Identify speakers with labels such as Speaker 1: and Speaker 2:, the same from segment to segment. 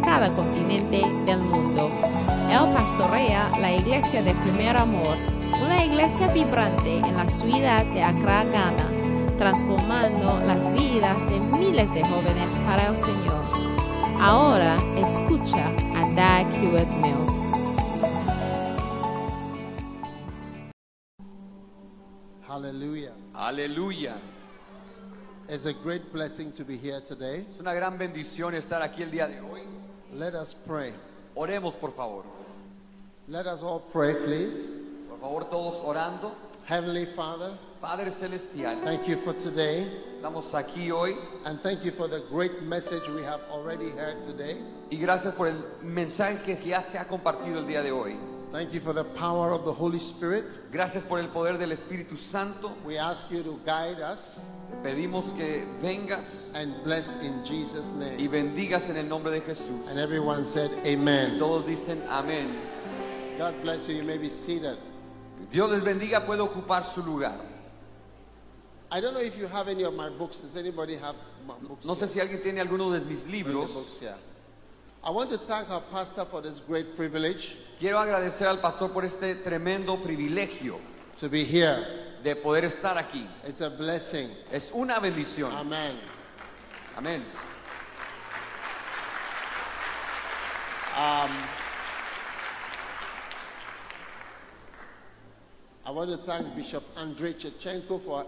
Speaker 1: cada continente del mundo. Él pastorea la iglesia de Primer Amor, una iglesia vibrante en la ciudad de Accra, Ghana, transformando las vidas de miles de jóvenes para el Señor. Ahora escucha a Doug Hewitt Mills.
Speaker 2: Hallelujah.
Speaker 3: Aleluya.
Speaker 2: It's a great blessing to be here today.
Speaker 3: Es una gran bendición estar aquí el día de hoy.
Speaker 2: Let us pray.
Speaker 3: Oremos, por favor.
Speaker 2: Let us all pray, please.
Speaker 3: Por favor, todos orando.
Speaker 2: Heavenly Father,
Speaker 3: Padre Celestial,
Speaker 2: thank you for today
Speaker 3: estamos aquí hoy
Speaker 2: and thank you for the great message we have already heard today.
Speaker 3: y gracias por el mensaje que ya se ha compartido el día de hoy.
Speaker 2: Thank you for the power of the Holy Spirit.
Speaker 3: Gracias por el poder del Espíritu Santo.
Speaker 2: We ask you to guide us
Speaker 3: Te pedimos que vengas
Speaker 2: and bless in Jesus'
Speaker 3: y
Speaker 2: name.
Speaker 3: bendigas en el nombre de Jesús.
Speaker 2: And everyone said, Amen.
Speaker 3: Todos dicen amén.
Speaker 2: God bless you. You may be seated.
Speaker 3: Dios les bendiga, puede ocupar su lugar.
Speaker 2: I don't know if you have any of my books. Does anybody have my books?
Speaker 3: No sé si alguien tiene alguno de mis
Speaker 2: Bring the
Speaker 3: libros.
Speaker 2: books here. I want to thank our pastor for this great privilege
Speaker 3: Quiero agradecer al pastor por este tremendo privilegio
Speaker 2: to be here.
Speaker 3: de poder estar aquí.
Speaker 2: It's a blessing.
Speaker 3: Es una bendición.
Speaker 2: Amen.
Speaker 3: Amén.
Speaker 2: I want to thank Bishop Andrei Chechenko for a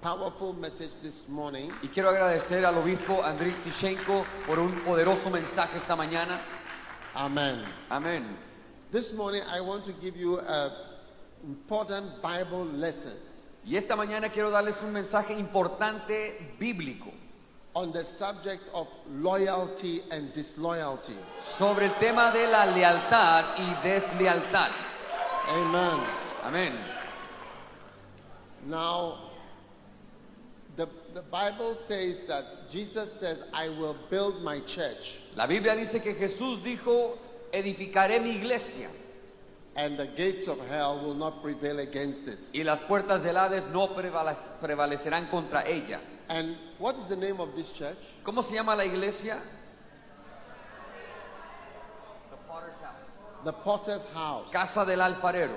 Speaker 2: powerful message this morning.
Speaker 3: Y quiero agradecer al obispo Andriy Tishenko por un poderoso mensaje esta mañana.
Speaker 2: Amen.
Speaker 3: Amén.
Speaker 2: This morning, I want to give you an important Bible lesson
Speaker 3: Y esta mañana quiero darles un mensaje importante bíblico
Speaker 2: on the subject of loyalty and disloyalty.
Speaker 3: sobre el tema de la lealtad y deslealtad.
Speaker 2: Amen.
Speaker 3: Amén.
Speaker 2: Now, the, the Bible says that Jesus says, I will build my church,
Speaker 3: La Biblia dice que Jesús dijo, edificaré mi iglesia
Speaker 2: and the gates of hell will not prevail against it.
Speaker 3: y las puertas del Hades no prevalec- prevalecerán contra ella.
Speaker 2: And what is the name of this church?
Speaker 3: ¿Cómo se llama la iglesia?
Speaker 2: The potter's house.
Speaker 3: Casa del alfarero.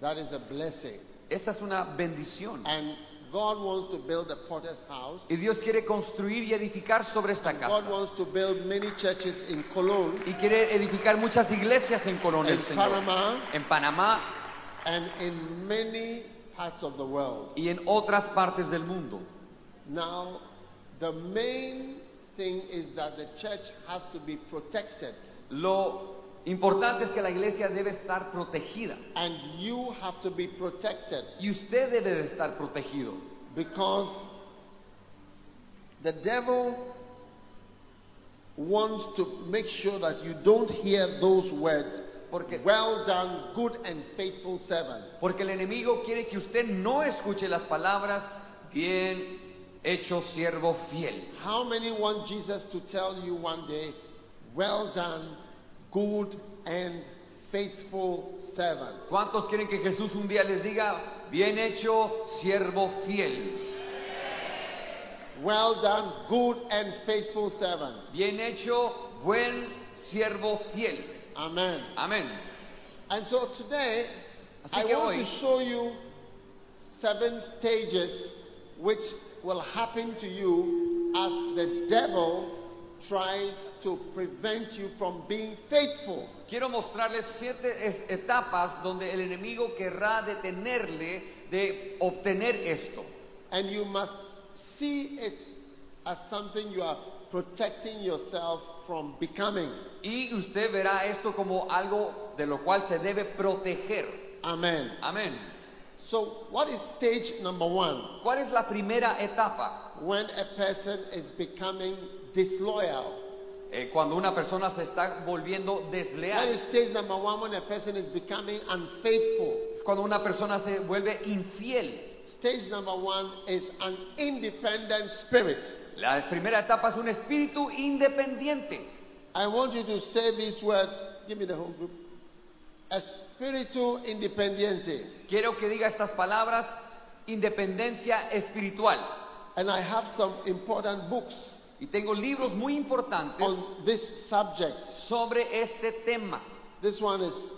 Speaker 2: That is a blessing.
Speaker 3: Esa es una bendición.
Speaker 2: And God wants to build a potter's house.
Speaker 3: Y Dios quiere construir y edificar sobre esta
Speaker 2: God
Speaker 3: casa.
Speaker 2: wants to build many churches in Cologne
Speaker 3: Y quiere edificar muchas iglesias en Colón,
Speaker 2: In
Speaker 3: el Señor.
Speaker 2: Panamá.
Speaker 3: En Panamá
Speaker 2: and in many parts of the world.
Speaker 3: y en otras partes del mundo.
Speaker 2: Now, the main thing is that the church has to be protected,
Speaker 3: Lo importante es que la iglesia debe estar protegida.
Speaker 2: and you have to be protected
Speaker 3: Y usted debe de estar protegido.
Speaker 2: because the devil wants to make sure that you don't hear those words.
Speaker 3: Porque-
Speaker 2: Well done, good and faithful servant.
Speaker 3: Porque el enemigo quiere que usted no escuche las palabras, bien hecho siervo fiel.
Speaker 2: How many want Jesus to tell you one day, well done, good and faithful servant?
Speaker 3: ¿Cuántos quieren que Jesús un día les diga, bien hecho siervo fiel?
Speaker 2: Well done, good and faithful servant.
Speaker 3: Bien hecho, buen siervo fiel.
Speaker 2: Amen.
Speaker 3: Amén.
Speaker 2: And so today,
Speaker 3: Así
Speaker 2: I
Speaker 3: que
Speaker 2: want to
Speaker 3: hoy-
Speaker 2: show you seven stages which will happen to you as the devil tries to prevent you from being faithful.
Speaker 3: Quiero mostrarles siete es- etapas donde el enemigo querrá detenerle de obtener esto.
Speaker 2: And you must see it as something you are protecting yourself from becoming.
Speaker 3: Y usted verá esto como algo de lo cual se debe proteger.
Speaker 2: Amen.
Speaker 3: Amén.
Speaker 2: So, what is stage number one?
Speaker 3: ¿Cuál es la primera etapa?
Speaker 2: When a person is becoming disloyal.
Speaker 3: eh, cuando una persona se está volviendo
Speaker 2: That
Speaker 3: desleal,
Speaker 2: is stage number one when a person is becoming unfaithful.
Speaker 3: cuando una persona se vuelve infiel.
Speaker 2: Stage number one is an independent spirit.
Speaker 3: La primera etapa es un espíritu independiente.
Speaker 2: I want you to say this word. Give me the whole group. Espiritu independiente.
Speaker 3: Quiero que diga estas palabras, independencia espiritual.
Speaker 2: And I have some important books
Speaker 3: Y tengo libros muy
Speaker 2: on
Speaker 3: importantes
Speaker 2: this subject.
Speaker 3: sobre este tema.
Speaker 2: This one is,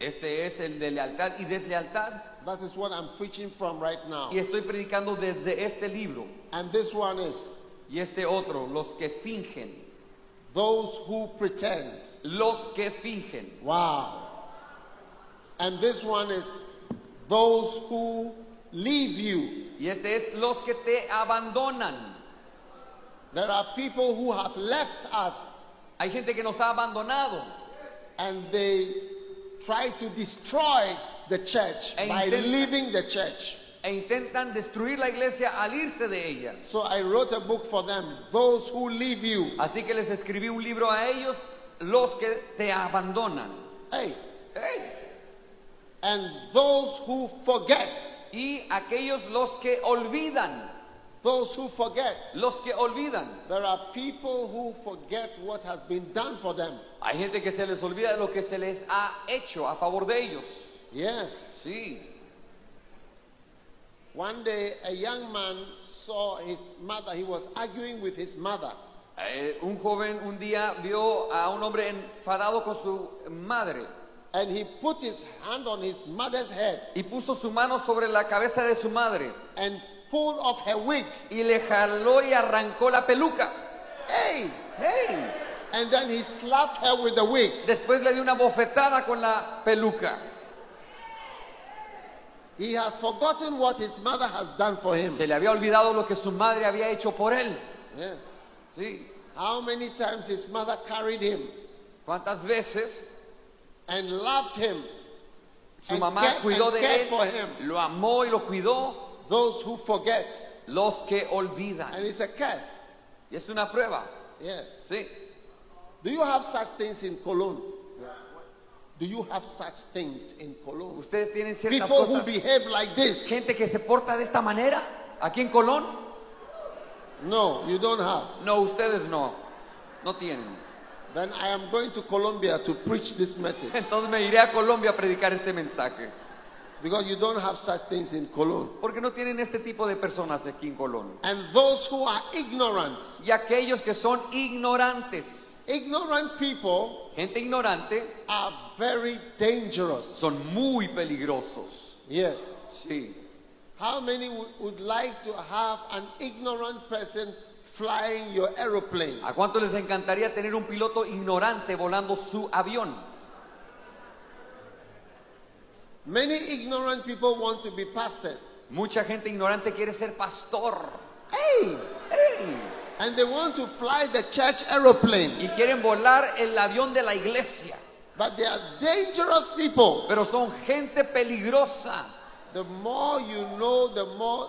Speaker 3: Este es el de lealtad y deslealtad.
Speaker 2: that is what I'm preaching from right now.
Speaker 3: Y estoy predicando desde este libro.
Speaker 2: And this one is
Speaker 3: Y este otro, los que fingen.
Speaker 2: those who pretend.
Speaker 3: Los que fingen.
Speaker 2: Wow. And this one is those who leave you.
Speaker 3: Y este es los que te abandonan.
Speaker 2: There are people who have left us
Speaker 3: Hay gente que nos ha abandonado
Speaker 2: and they try to destroy the church
Speaker 3: And
Speaker 2: by
Speaker 3: then-
Speaker 2: leaving the church.
Speaker 3: e intentan destruir la iglesia al irse de ella.
Speaker 2: So I wrote a book for them, Those Who Leave You.
Speaker 3: Así que les escribí un libro a ellos, los que te abandonan.
Speaker 2: Hey,
Speaker 3: ¡Ey!
Speaker 2: and those who forget.
Speaker 3: Y aquellos los que olvidan,
Speaker 2: Those who forget.
Speaker 3: los que olvidan.
Speaker 2: There are people who forget what has been done for them.
Speaker 3: Hay gente que se les olvida de lo que se les ha hecho a favor de ellos.
Speaker 2: Yes.
Speaker 3: Sí.
Speaker 2: One day, a young man saw his mother. He was arguing with his mother.
Speaker 3: Eh, un joven un día vio a un hombre enfadado con su madre
Speaker 2: And he put his hand on his mother's head
Speaker 3: y puso su mano sobre la cabeza de su madre
Speaker 2: and pulled off her wig.
Speaker 3: y le jaló y arrancó la peluca.
Speaker 2: Hey!
Speaker 3: ¡Hey!
Speaker 2: And then he slapped her with the wig.
Speaker 3: Después le dio una bofetada con la peluca.
Speaker 2: He has forgotten what his mother has done for him.
Speaker 3: Se le había olvidado lo que su madre había hecho por él.
Speaker 2: Yes.
Speaker 3: Sí.
Speaker 2: How many times his mother carried him
Speaker 3: ¿Cuántas veces
Speaker 2: and loved him?
Speaker 3: su
Speaker 2: And
Speaker 3: mamá
Speaker 2: cared-
Speaker 3: cuidó
Speaker 2: and
Speaker 3: de
Speaker 2: cared
Speaker 3: él,
Speaker 2: for him.
Speaker 3: lo amó y lo cuidó?
Speaker 2: Those who forget.
Speaker 3: Los que olvidan.
Speaker 2: And it's a curse.
Speaker 3: Y es una prueba.
Speaker 2: Yes.
Speaker 3: Sí.
Speaker 2: Do you have such things in Cologne? Do you have such things in Cologne?
Speaker 3: Ustedes tienen ciertas
Speaker 2: People who
Speaker 3: cosas.
Speaker 2: behave like this.
Speaker 3: Gente que se porta de esta manera aquí en Colón.
Speaker 2: No, you don't have.
Speaker 3: No, ustedes no. No tienen.
Speaker 2: Then I am going to Colombia to preach this message
Speaker 3: Entonces me iré a Colombia a predicar este mensaje.
Speaker 2: because you don't have such things in Cologne.
Speaker 3: Porque no tienen este tipo de personas aquí en Colón.
Speaker 2: And those who are ignorant,
Speaker 3: Y aquellos que son ignorantes.
Speaker 2: ignorant people
Speaker 3: Gente ignorante
Speaker 2: are very dangerous.
Speaker 3: son muy peligrosos.
Speaker 2: Yes.
Speaker 3: Sí.
Speaker 2: How many wou- would like to have an ignorant person flying your aeroplane?
Speaker 3: ¿A cuánto les encantaría tener un piloto ignorante volando su avión?
Speaker 2: Many ignorant people want to be pastors.
Speaker 3: Mucha gente ignorante quiere ser pastor.
Speaker 2: Hey!
Speaker 3: ¡Ey!
Speaker 2: And they want to fly the church aeroplane.
Speaker 3: Y quieren volar el avión de la iglesia.
Speaker 2: But they are dangerous people.
Speaker 3: Pero son gente peligrosa.
Speaker 2: The more you know, the more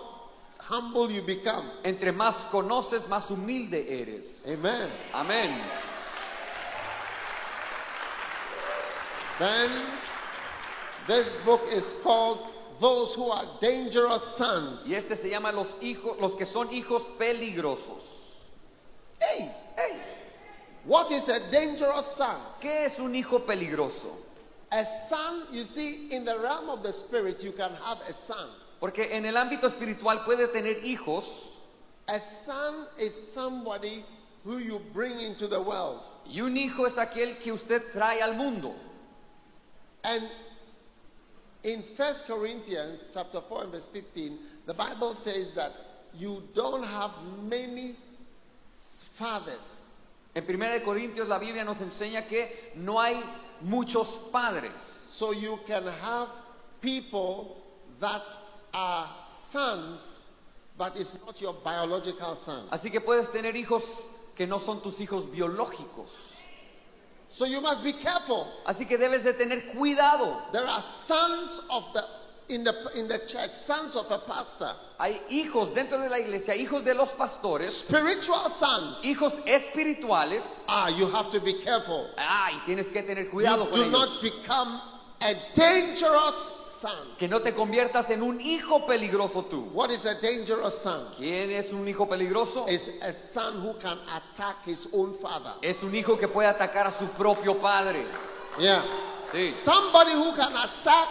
Speaker 2: humble you become.
Speaker 3: Entre más conoces, más humilde eres.
Speaker 2: Amen.
Speaker 3: Amén.
Speaker 2: Then this book is called Those Who Are Dangerous Sons.
Speaker 3: Y este se llama los hijos, los que son hijos peligrosos.
Speaker 2: Hey!
Speaker 3: ¡Ey!
Speaker 2: What is a dangerous son?
Speaker 3: ¿Qué es un hijo peligroso?
Speaker 2: A son, you see, in the realm of the spirit, you can have a son.
Speaker 3: Porque en el ámbito espiritual puede tener hijos
Speaker 2: A son is somebody who you bring into the world.
Speaker 3: y un hijo es aquel que usted trae al mundo.
Speaker 2: And in 1 Corinthians chapter 4 and verse 15, the Bible says that you don't have many fathers.
Speaker 3: En 1 de Corintios la Biblia nos enseña que no hay muchos padres.
Speaker 2: So you can have people that are sons, but it's not your biological son.
Speaker 3: Así que puedes tener hijos que no son tus hijos biológicos.
Speaker 2: So you must be careful.
Speaker 3: Así que debes de tener cuidado.
Speaker 2: There are sons of the in the, in the church, sons of a pastor,
Speaker 3: Hay hijos dentro de la iglesia, hijos de los pastores,
Speaker 2: spiritual sons.
Speaker 3: hijos espirituales.
Speaker 2: Ah, you have to be careful.
Speaker 3: Ay, tienes que tener cuidado
Speaker 2: You
Speaker 3: con
Speaker 2: do not
Speaker 3: ellos.
Speaker 2: become a dangerous son.
Speaker 3: Que no te conviertas en un hijo peligroso tú.
Speaker 2: What is a dangerous son?
Speaker 3: ¿Quién es un hijo peligroso?
Speaker 2: Is a son who can attack his own father.
Speaker 3: Es un hijo que puede atacar a su propio padre.
Speaker 2: Yeah.
Speaker 3: Sí.
Speaker 2: Somebody who can attack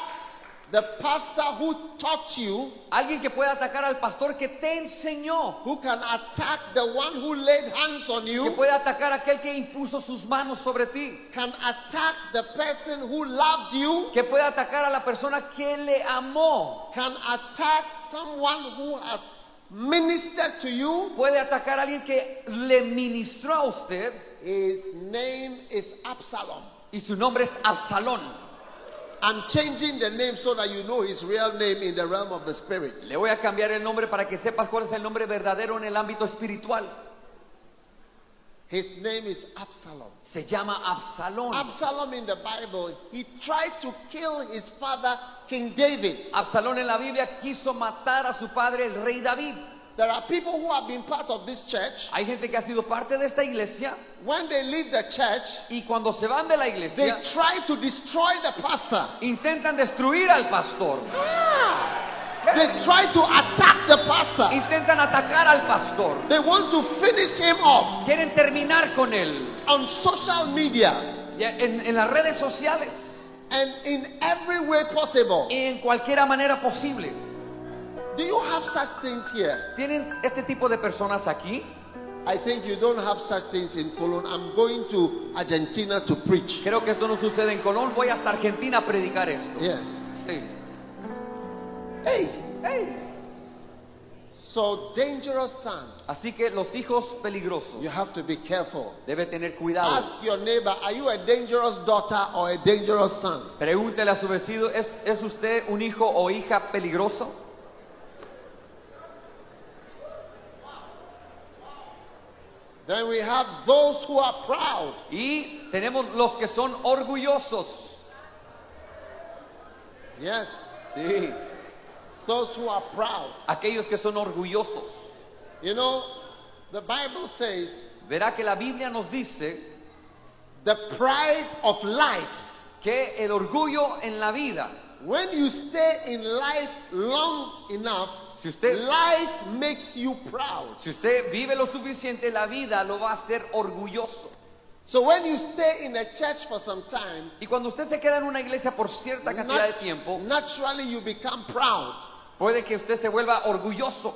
Speaker 2: the pastor who taught you,
Speaker 3: Alguien que puede atacar al pastor que te enseñó.
Speaker 2: who can attack the one who laid hands on
Speaker 3: Que
Speaker 2: you,
Speaker 3: puede atacar a aquel que impuso sus manos sobre ti.
Speaker 2: can attack the person who loved you,
Speaker 3: Que puede atacar a la persona que le amó.
Speaker 2: can attack someone who has ministered to you.
Speaker 3: Puede atacar a alguien que le ministró a usted.
Speaker 2: His name is Absalom.
Speaker 3: Y su nombre es Absalón.
Speaker 2: I'm changing the name so that you know his real name in the realm of the spirit.
Speaker 3: Le voy a cambiar el nombre para que sepas cuál es el nombre verdadero en el ámbito espiritual.
Speaker 2: His name is Absalom.
Speaker 3: Se llama Absalón.
Speaker 2: Absalom in the Bible, he tried to kill his father, King David.
Speaker 3: Absalón en la Biblia quiso matar a su padre, el rey David.
Speaker 2: There are people who have been part of this church.
Speaker 3: Hay gente que ha sido parte de esta iglesia
Speaker 2: When they leave the church,
Speaker 3: y cuando se van de la
Speaker 2: they
Speaker 3: iglesia
Speaker 2: try to destroy the pastor.
Speaker 3: intentan destruir al pastor.
Speaker 2: They try to attack the pastor.
Speaker 3: Intentan atacar al pastor.
Speaker 2: They want to finish him off
Speaker 3: Quieren terminar con él
Speaker 2: on social media
Speaker 3: Ya en, en las redes sociales
Speaker 2: and in every way possible.
Speaker 3: en cualquier manera posible.
Speaker 2: Do you have such things here?
Speaker 3: ¿Tienen este tipo de personas aquí?
Speaker 2: I think you don't have such things in Cologne. I'm going to Argentina to preach.
Speaker 3: Creo que esto no sucede en Colón. Voy hasta Argentina a predicar esto.
Speaker 2: Yes.
Speaker 3: Sí.
Speaker 2: Hey.
Speaker 3: Hey.
Speaker 2: So dangerous sons.
Speaker 3: Así que los hijos peligrosos
Speaker 2: You have to be careful.
Speaker 3: debe tener cuidado.
Speaker 2: Ask your neighbor, are you a dangerous daughter or a dangerous son?
Speaker 3: Pregúntele a su vecino, ¿es, ¿es usted un hijo o hija peligroso?
Speaker 2: Then we have those who are proud.
Speaker 3: Y tenemos los que son orgullosos.
Speaker 2: Yes,
Speaker 3: Sí.
Speaker 2: those who are proud.
Speaker 3: Aquellos que son orgullosos.
Speaker 2: You know, the Bible says
Speaker 3: Verá que la Biblia nos dice
Speaker 2: the pride of life.
Speaker 3: que el orgullo en la vida,
Speaker 2: When you stay in life long enough,
Speaker 3: Si usted-
Speaker 2: life makes you proud.
Speaker 3: si usted vive lo suficiente, la vida lo va a hacer orgulloso.
Speaker 2: So when you stay in a church for some time,
Speaker 3: Y cuando usted se queda en una iglesia por cierta cantidad de
Speaker 2: nat-
Speaker 3: tiempo,
Speaker 2: naturally you become proud.
Speaker 3: puede que usted se vuelva orgulloso.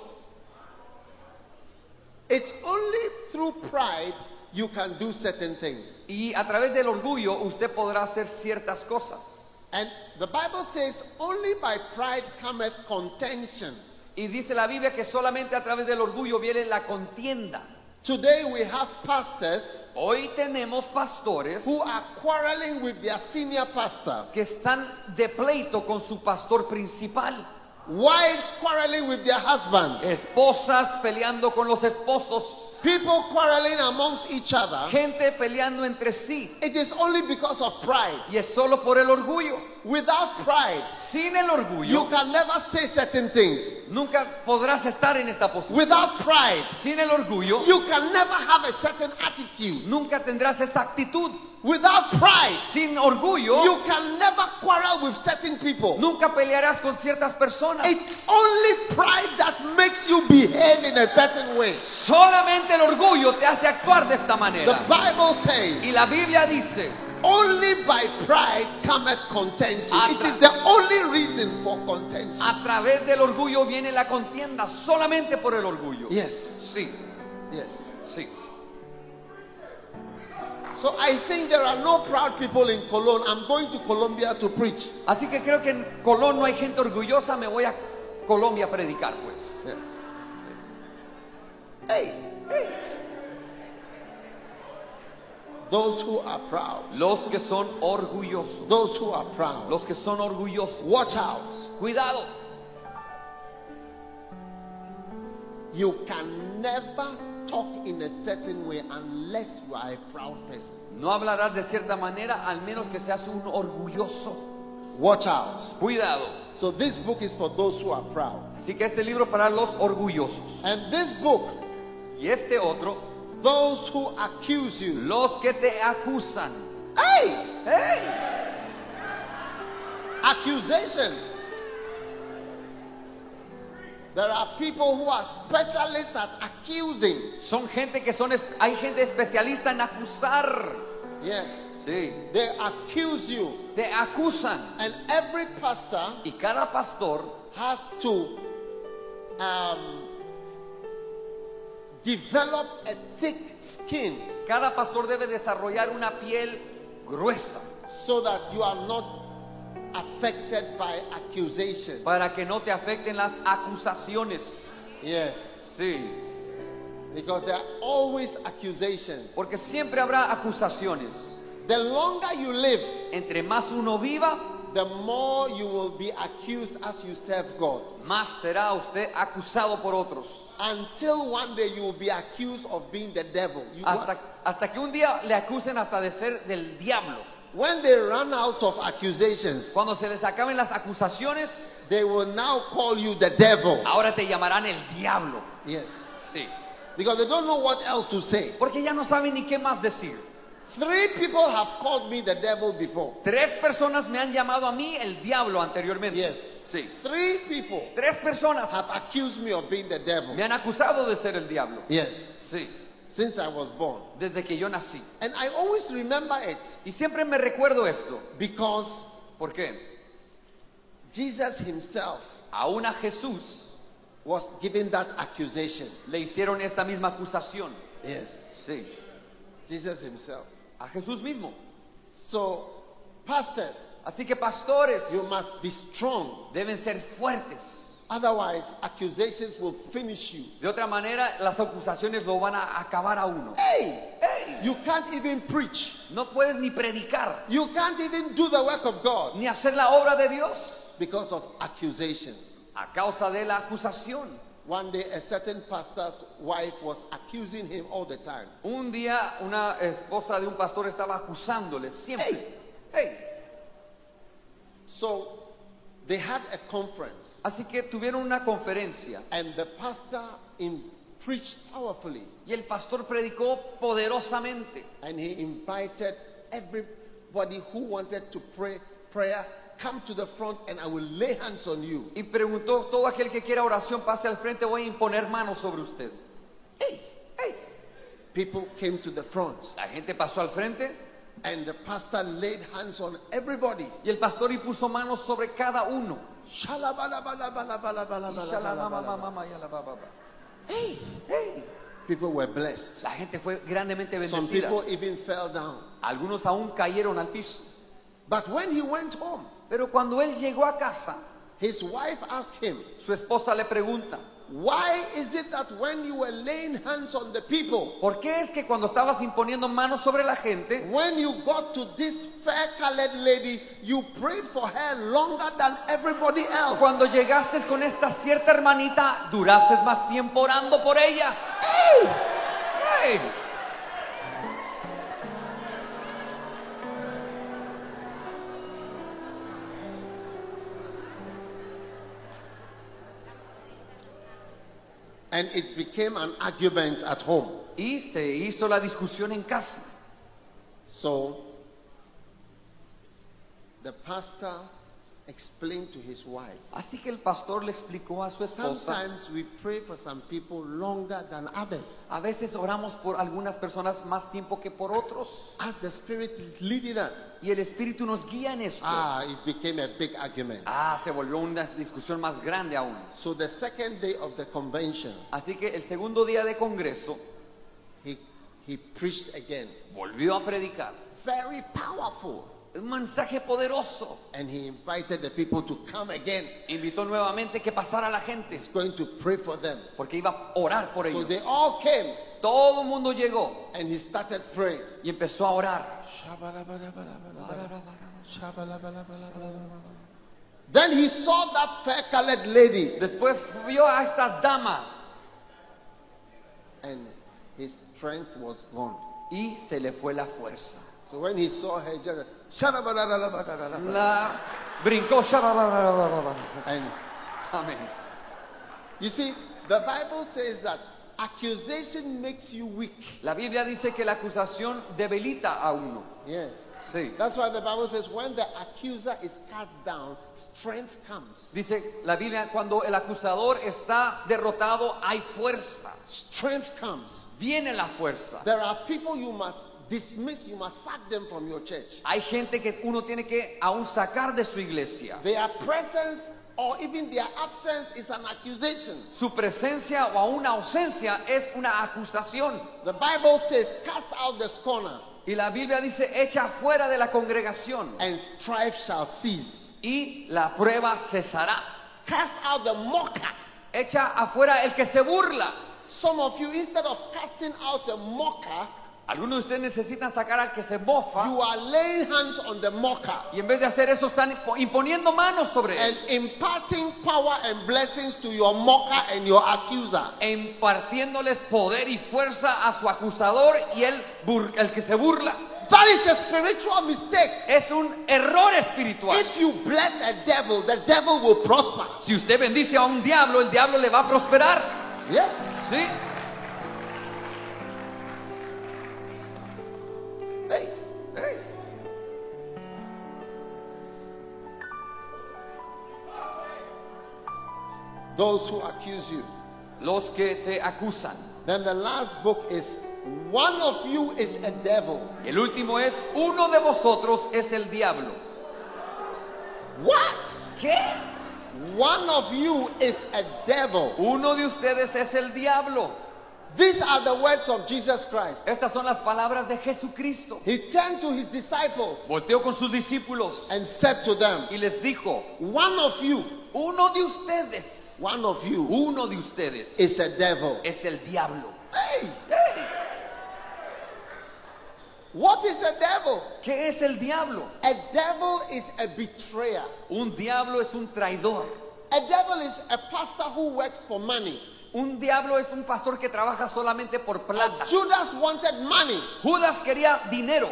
Speaker 2: It's only through pride you can do certain things.
Speaker 3: Y a través del orgullo usted podrá hacer ciertas cosas.
Speaker 2: And the Bible says only by pride cometh contention.
Speaker 3: Y dice la Biblia que solamente a través del orgullo viene la contienda.
Speaker 2: Today we have pastors
Speaker 3: Hoy tenemos pastores
Speaker 2: who are quarreling with their senior pastor,
Speaker 3: que están de pleito con su pastor principal.
Speaker 2: wives quarreling with their husbands,
Speaker 3: Esposas peleando con los esposos.
Speaker 2: people quarreling amongst each other.
Speaker 3: Gente peleando entre sí.
Speaker 2: It is only because of pride.
Speaker 3: Y es solo por el orgullo.
Speaker 2: Without pride,
Speaker 3: Sin el
Speaker 2: you
Speaker 3: orgullo,
Speaker 2: can never say certain things.
Speaker 3: nunca podrás estar en esta posición.
Speaker 2: Without pride,
Speaker 3: Sin el orgullo,
Speaker 2: you can never have a certain attitude.
Speaker 3: nunca tendrás esta actitud.
Speaker 2: Without pride,
Speaker 3: Sin orgullo,
Speaker 2: you can never quarrel with certain people.
Speaker 3: nunca pelearás con ciertas personas.
Speaker 2: It's only pride that makes you behave in a certain way.
Speaker 3: Solamente el orgullo te hace actuar de esta
Speaker 2: The
Speaker 3: manera.
Speaker 2: Bible says,
Speaker 3: Y la Biblia dice,
Speaker 2: Only by pride cometh contention.
Speaker 3: Ah,
Speaker 2: It
Speaker 3: that-
Speaker 2: is the only reason for contention.
Speaker 3: a través del orgullo viene la contienda, solamente por el orgullo.
Speaker 2: Yes,
Speaker 3: Sí,
Speaker 2: yes.
Speaker 3: sí.
Speaker 2: So I think there are no proud people in Cologne. I'm going to Colombia to preach.
Speaker 3: Así que creo que en Colón no hay gente orgullosa, me voy a Colombia a predicar pues.
Speaker 2: Yeah. Hey, hey. Those who are proud,
Speaker 3: Los que son orgullosos,
Speaker 2: those who are proud,
Speaker 3: los que son orgullosos,
Speaker 2: watch out.
Speaker 3: cuidado,
Speaker 2: You can never talk in a certain way unless you are a proud person.
Speaker 3: no hablarás de cierta manera al menos que seas un orgulloso.
Speaker 2: Watch out.
Speaker 3: Cuidado.
Speaker 2: So this book is for those who are proud.
Speaker 3: Así que este libro para los orgullosos.
Speaker 2: And this book,
Speaker 3: Y este otro,
Speaker 2: those who accuse you.
Speaker 3: los que te acusan.
Speaker 2: Hey!
Speaker 3: ¡Hey!
Speaker 2: Accusations. There are people who are specialists at accusing.
Speaker 3: Son gente que son, es- hay gente especialista en acusar.
Speaker 2: Yes.
Speaker 3: Sí,
Speaker 2: They accuse you.
Speaker 3: te acusan.
Speaker 2: And every pastor
Speaker 3: Y cada pastor
Speaker 2: has to um, develop a thick skin
Speaker 3: Cada pastor debe desarrollar una piel gruesa
Speaker 2: so that you are not affected by accusation.
Speaker 3: para que no te afecten las acusaciones.
Speaker 2: Yes,
Speaker 3: Sí,
Speaker 2: because there are always accusations.
Speaker 3: porque siempre habrá acusaciones.
Speaker 2: The longer you live,
Speaker 3: Entre más uno viva,
Speaker 2: the more you will be accused as you serve God.
Speaker 3: más será usted acusado por otros.
Speaker 2: Until one day you will be accused of being the devil. You-
Speaker 3: Hasta, hasta que un día le acusen hasta de ser del diablo.
Speaker 2: when they run out of accusations,
Speaker 3: Cuando se les acaben las acusaciones,
Speaker 2: they will now call you the devil.
Speaker 3: ahora te llamarán el diablo.
Speaker 2: Yes.
Speaker 3: Sí,
Speaker 2: Because they don't know what else to say.
Speaker 3: porque ya no saben ni qué más decir.
Speaker 2: Three people have called me the devil before.
Speaker 3: Tres personas me han llamado a mí el diablo anteriormente.
Speaker 2: Yes.
Speaker 3: Sí.
Speaker 2: Three people
Speaker 3: Tres personas
Speaker 2: have accused me of being the devil.
Speaker 3: Me han acusado de ser el diablo.
Speaker 2: Yes,
Speaker 3: Sí,
Speaker 2: since I was born.
Speaker 3: desde que yo nací.
Speaker 2: And I always remember it
Speaker 3: Y siempre me recuerdo esto.
Speaker 2: because
Speaker 3: ¿Por qué?
Speaker 2: Jesus himself
Speaker 3: Aún a Jesús
Speaker 2: was given that accusation.
Speaker 3: le hicieron esta misma acusación.
Speaker 2: Yes,
Speaker 3: Sí,
Speaker 2: Jesus himself.
Speaker 3: a Jesús mismo.
Speaker 2: So, pastors,
Speaker 3: Así que pastores
Speaker 2: you must be strong.
Speaker 3: deben ser fuertes.
Speaker 2: Otherwise, accusations will finish you.
Speaker 3: De otra manera, las acusaciones lo van a acabar a uno.
Speaker 2: Hey!
Speaker 3: ¡Ey!
Speaker 2: You can't even preach.
Speaker 3: No puedes ni predicar,
Speaker 2: You can't even do the work of God
Speaker 3: ni hacer la obra de Dios
Speaker 2: because of accusations.
Speaker 3: a causa de la acusación.
Speaker 2: One day, a certain pastor's wife was accusing him all the time.
Speaker 3: Un día una esposa de un pastor estaba acusándole siempre. ¡Ey!
Speaker 2: So they had a conference,
Speaker 3: Así que tuvieron una conferencia
Speaker 2: and the pastor in preached powerfully,
Speaker 3: y el pastor predicó poderosamente
Speaker 2: and he invited everybody who wanted to pray prayer come to the front, and I will lay hands on you.
Speaker 3: y preguntó, todo aquel que quiera oración pase al frente, voy a imponer manos sobre usted.
Speaker 2: People came to the front,
Speaker 3: La gente pasó al frente
Speaker 2: and the pastor laid hands on everybody.
Speaker 3: y el pastor y puso manos sobre cada uno. Y
Speaker 2: Shalabalabalabalabalabalabalabala.
Speaker 3: shalamamamama y alabababa.
Speaker 2: People were blessed.
Speaker 3: La gente fue grandemente
Speaker 2: Some
Speaker 3: bendecida.
Speaker 2: people even fell down.
Speaker 3: Algunos aún cayeron al piso.
Speaker 2: But when he went home,
Speaker 3: Pero cuando él llegó a casa,
Speaker 2: His wife asked him,
Speaker 3: su esposa le pregunta,
Speaker 2: Why is it that when you were laying hands on the people,
Speaker 3: ¿por qué es que cuando estabas imponiendo manos sobre la gente,
Speaker 2: when you got to this fair colored lady, you prayed for her longer than everybody else?
Speaker 3: Cuando llegaste con esta cierta hermanita, duraste más tiempo orando por ella. ¡Ey! ¡Ey!
Speaker 2: And it became an argument at home.
Speaker 3: Y se hizo la discusión en casa.
Speaker 2: So the pastor explained to his wife,
Speaker 3: Así que el pastor le explicó a su esposa.
Speaker 2: Sometimes we pray for some people longer than others
Speaker 3: A veces oramos por algunas personas más tiempo que por otros.
Speaker 2: as the Spirit is leading us.
Speaker 3: Y el Espíritu nos guía en esto.
Speaker 2: Ah, it became a big argument.
Speaker 3: Ah, se volvió una discusión más grande aún.
Speaker 2: So the second day of the convention,
Speaker 3: Así que el segundo día de congreso
Speaker 2: he, he preached again.
Speaker 3: volvió a predicar.
Speaker 2: Very powerful.
Speaker 3: Un mensaje poderoso.
Speaker 2: And he invited the people to come again.
Speaker 3: Invitó nuevamente que pasara la gente.
Speaker 2: He's going to pray for them.
Speaker 3: Porque iba a orar por
Speaker 2: So
Speaker 3: ellos.
Speaker 2: they all came
Speaker 3: Todo el mundo llegó
Speaker 2: and he started praying.
Speaker 3: y empezó a orar.
Speaker 2: Then he saw that fair colored lady
Speaker 3: Después vio a esta dama
Speaker 2: and his strength was gone.
Speaker 3: y se le fue la fuerza.
Speaker 2: So when he saw her, he just "Shabba-ba-da-da-da-ba-da-da-da."
Speaker 3: La brincó. shabababababa.
Speaker 2: and
Speaker 3: Amén.
Speaker 2: you see, the Bible says that accusation makes you weak.
Speaker 3: La Biblia dice que la acusación debilita a uno.
Speaker 2: Yes.
Speaker 3: Sí.
Speaker 2: That's why the Bible says when the accuser is cast down, strength comes.
Speaker 3: Dice la Biblia, cuando el acusador está derrotado, hay fuerza.
Speaker 2: Strength comes.
Speaker 3: Viene la fuerza.
Speaker 2: There are people you must dismiss, you must sack them from your church.
Speaker 3: Hay gente que uno tiene que aún sacar de su iglesia.
Speaker 2: Their presence or even their absence is an accusation.
Speaker 3: Su presencia o aún ausencia es una acusación.
Speaker 2: The Bible says, cast out the scorner
Speaker 3: Y la Biblia dice, echa fuera de la congregación
Speaker 2: and strife shall cease.
Speaker 3: y la prueba cesará.
Speaker 2: Cast out the mocker.
Speaker 3: Echa afuera el que se burla.
Speaker 2: Some of you, instead of casting out the mocker,
Speaker 3: Algunos de ustedes necesitan sacar al que se mofa
Speaker 2: you are laying hands on the mocker
Speaker 3: y en vez de hacer eso están impo- imponiendo manos sobre él
Speaker 2: and imparting power and blessings to your mocker and your accuser.
Speaker 3: e impartiéndoles poder y fuerza a su acusador y el, bur- el que se burla.
Speaker 2: That is a spiritual mistake.
Speaker 3: Es un error espiritual.
Speaker 2: If you bless a devil, the devil will prosper.
Speaker 3: Si usted bendice a un diablo, el diablo le va a prosperar.
Speaker 2: Yes.
Speaker 3: ¿Sí?
Speaker 2: Hey.
Speaker 3: Hey.
Speaker 2: Those who accuse you.
Speaker 3: Los que te acusan.
Speaker 2: Then the last book is One of You is a Devil.
Speaker 3: El último es, uno de vosotros es el diablo.
Speaker 2: What?
Speaker 3: ¿Qué?
Speaker 2: One of you is a devil.
Speaker 3: Uno de ustedes es el diablo.
Speaker 2: These are the words of Jesus Christ.
Speaker 3: Estas son las palabras de Jesucristo.
Speaker 2: He turned to his disciples
Speaker 3: Volteó con sus discípulos
Speaker 2: and said to them,
Speaker 3: y les dijo,
Speaker 2: One of you,
Speaker 3: uno de ustedes,
Speaker 2: one of you
Speaker 3: uno de ustedes
Speaker 2: is a devil.
Speaker 3: es el diablo.
Speaker 2: Hey! What is a devil?
Speaker 3: ¿Qué es el diablo?
Speaker 2: A devil is a betrayer.
Speaker 3: Un diablo es un traidor.
Speaker 2: A devil is a pastor who works for money.
Speaker 3: Un diablo es un pastor que trabaja solamente por plata.
Speaker 2: Judas wanted money. Ah.
Speaker 3: Judas quería dinero.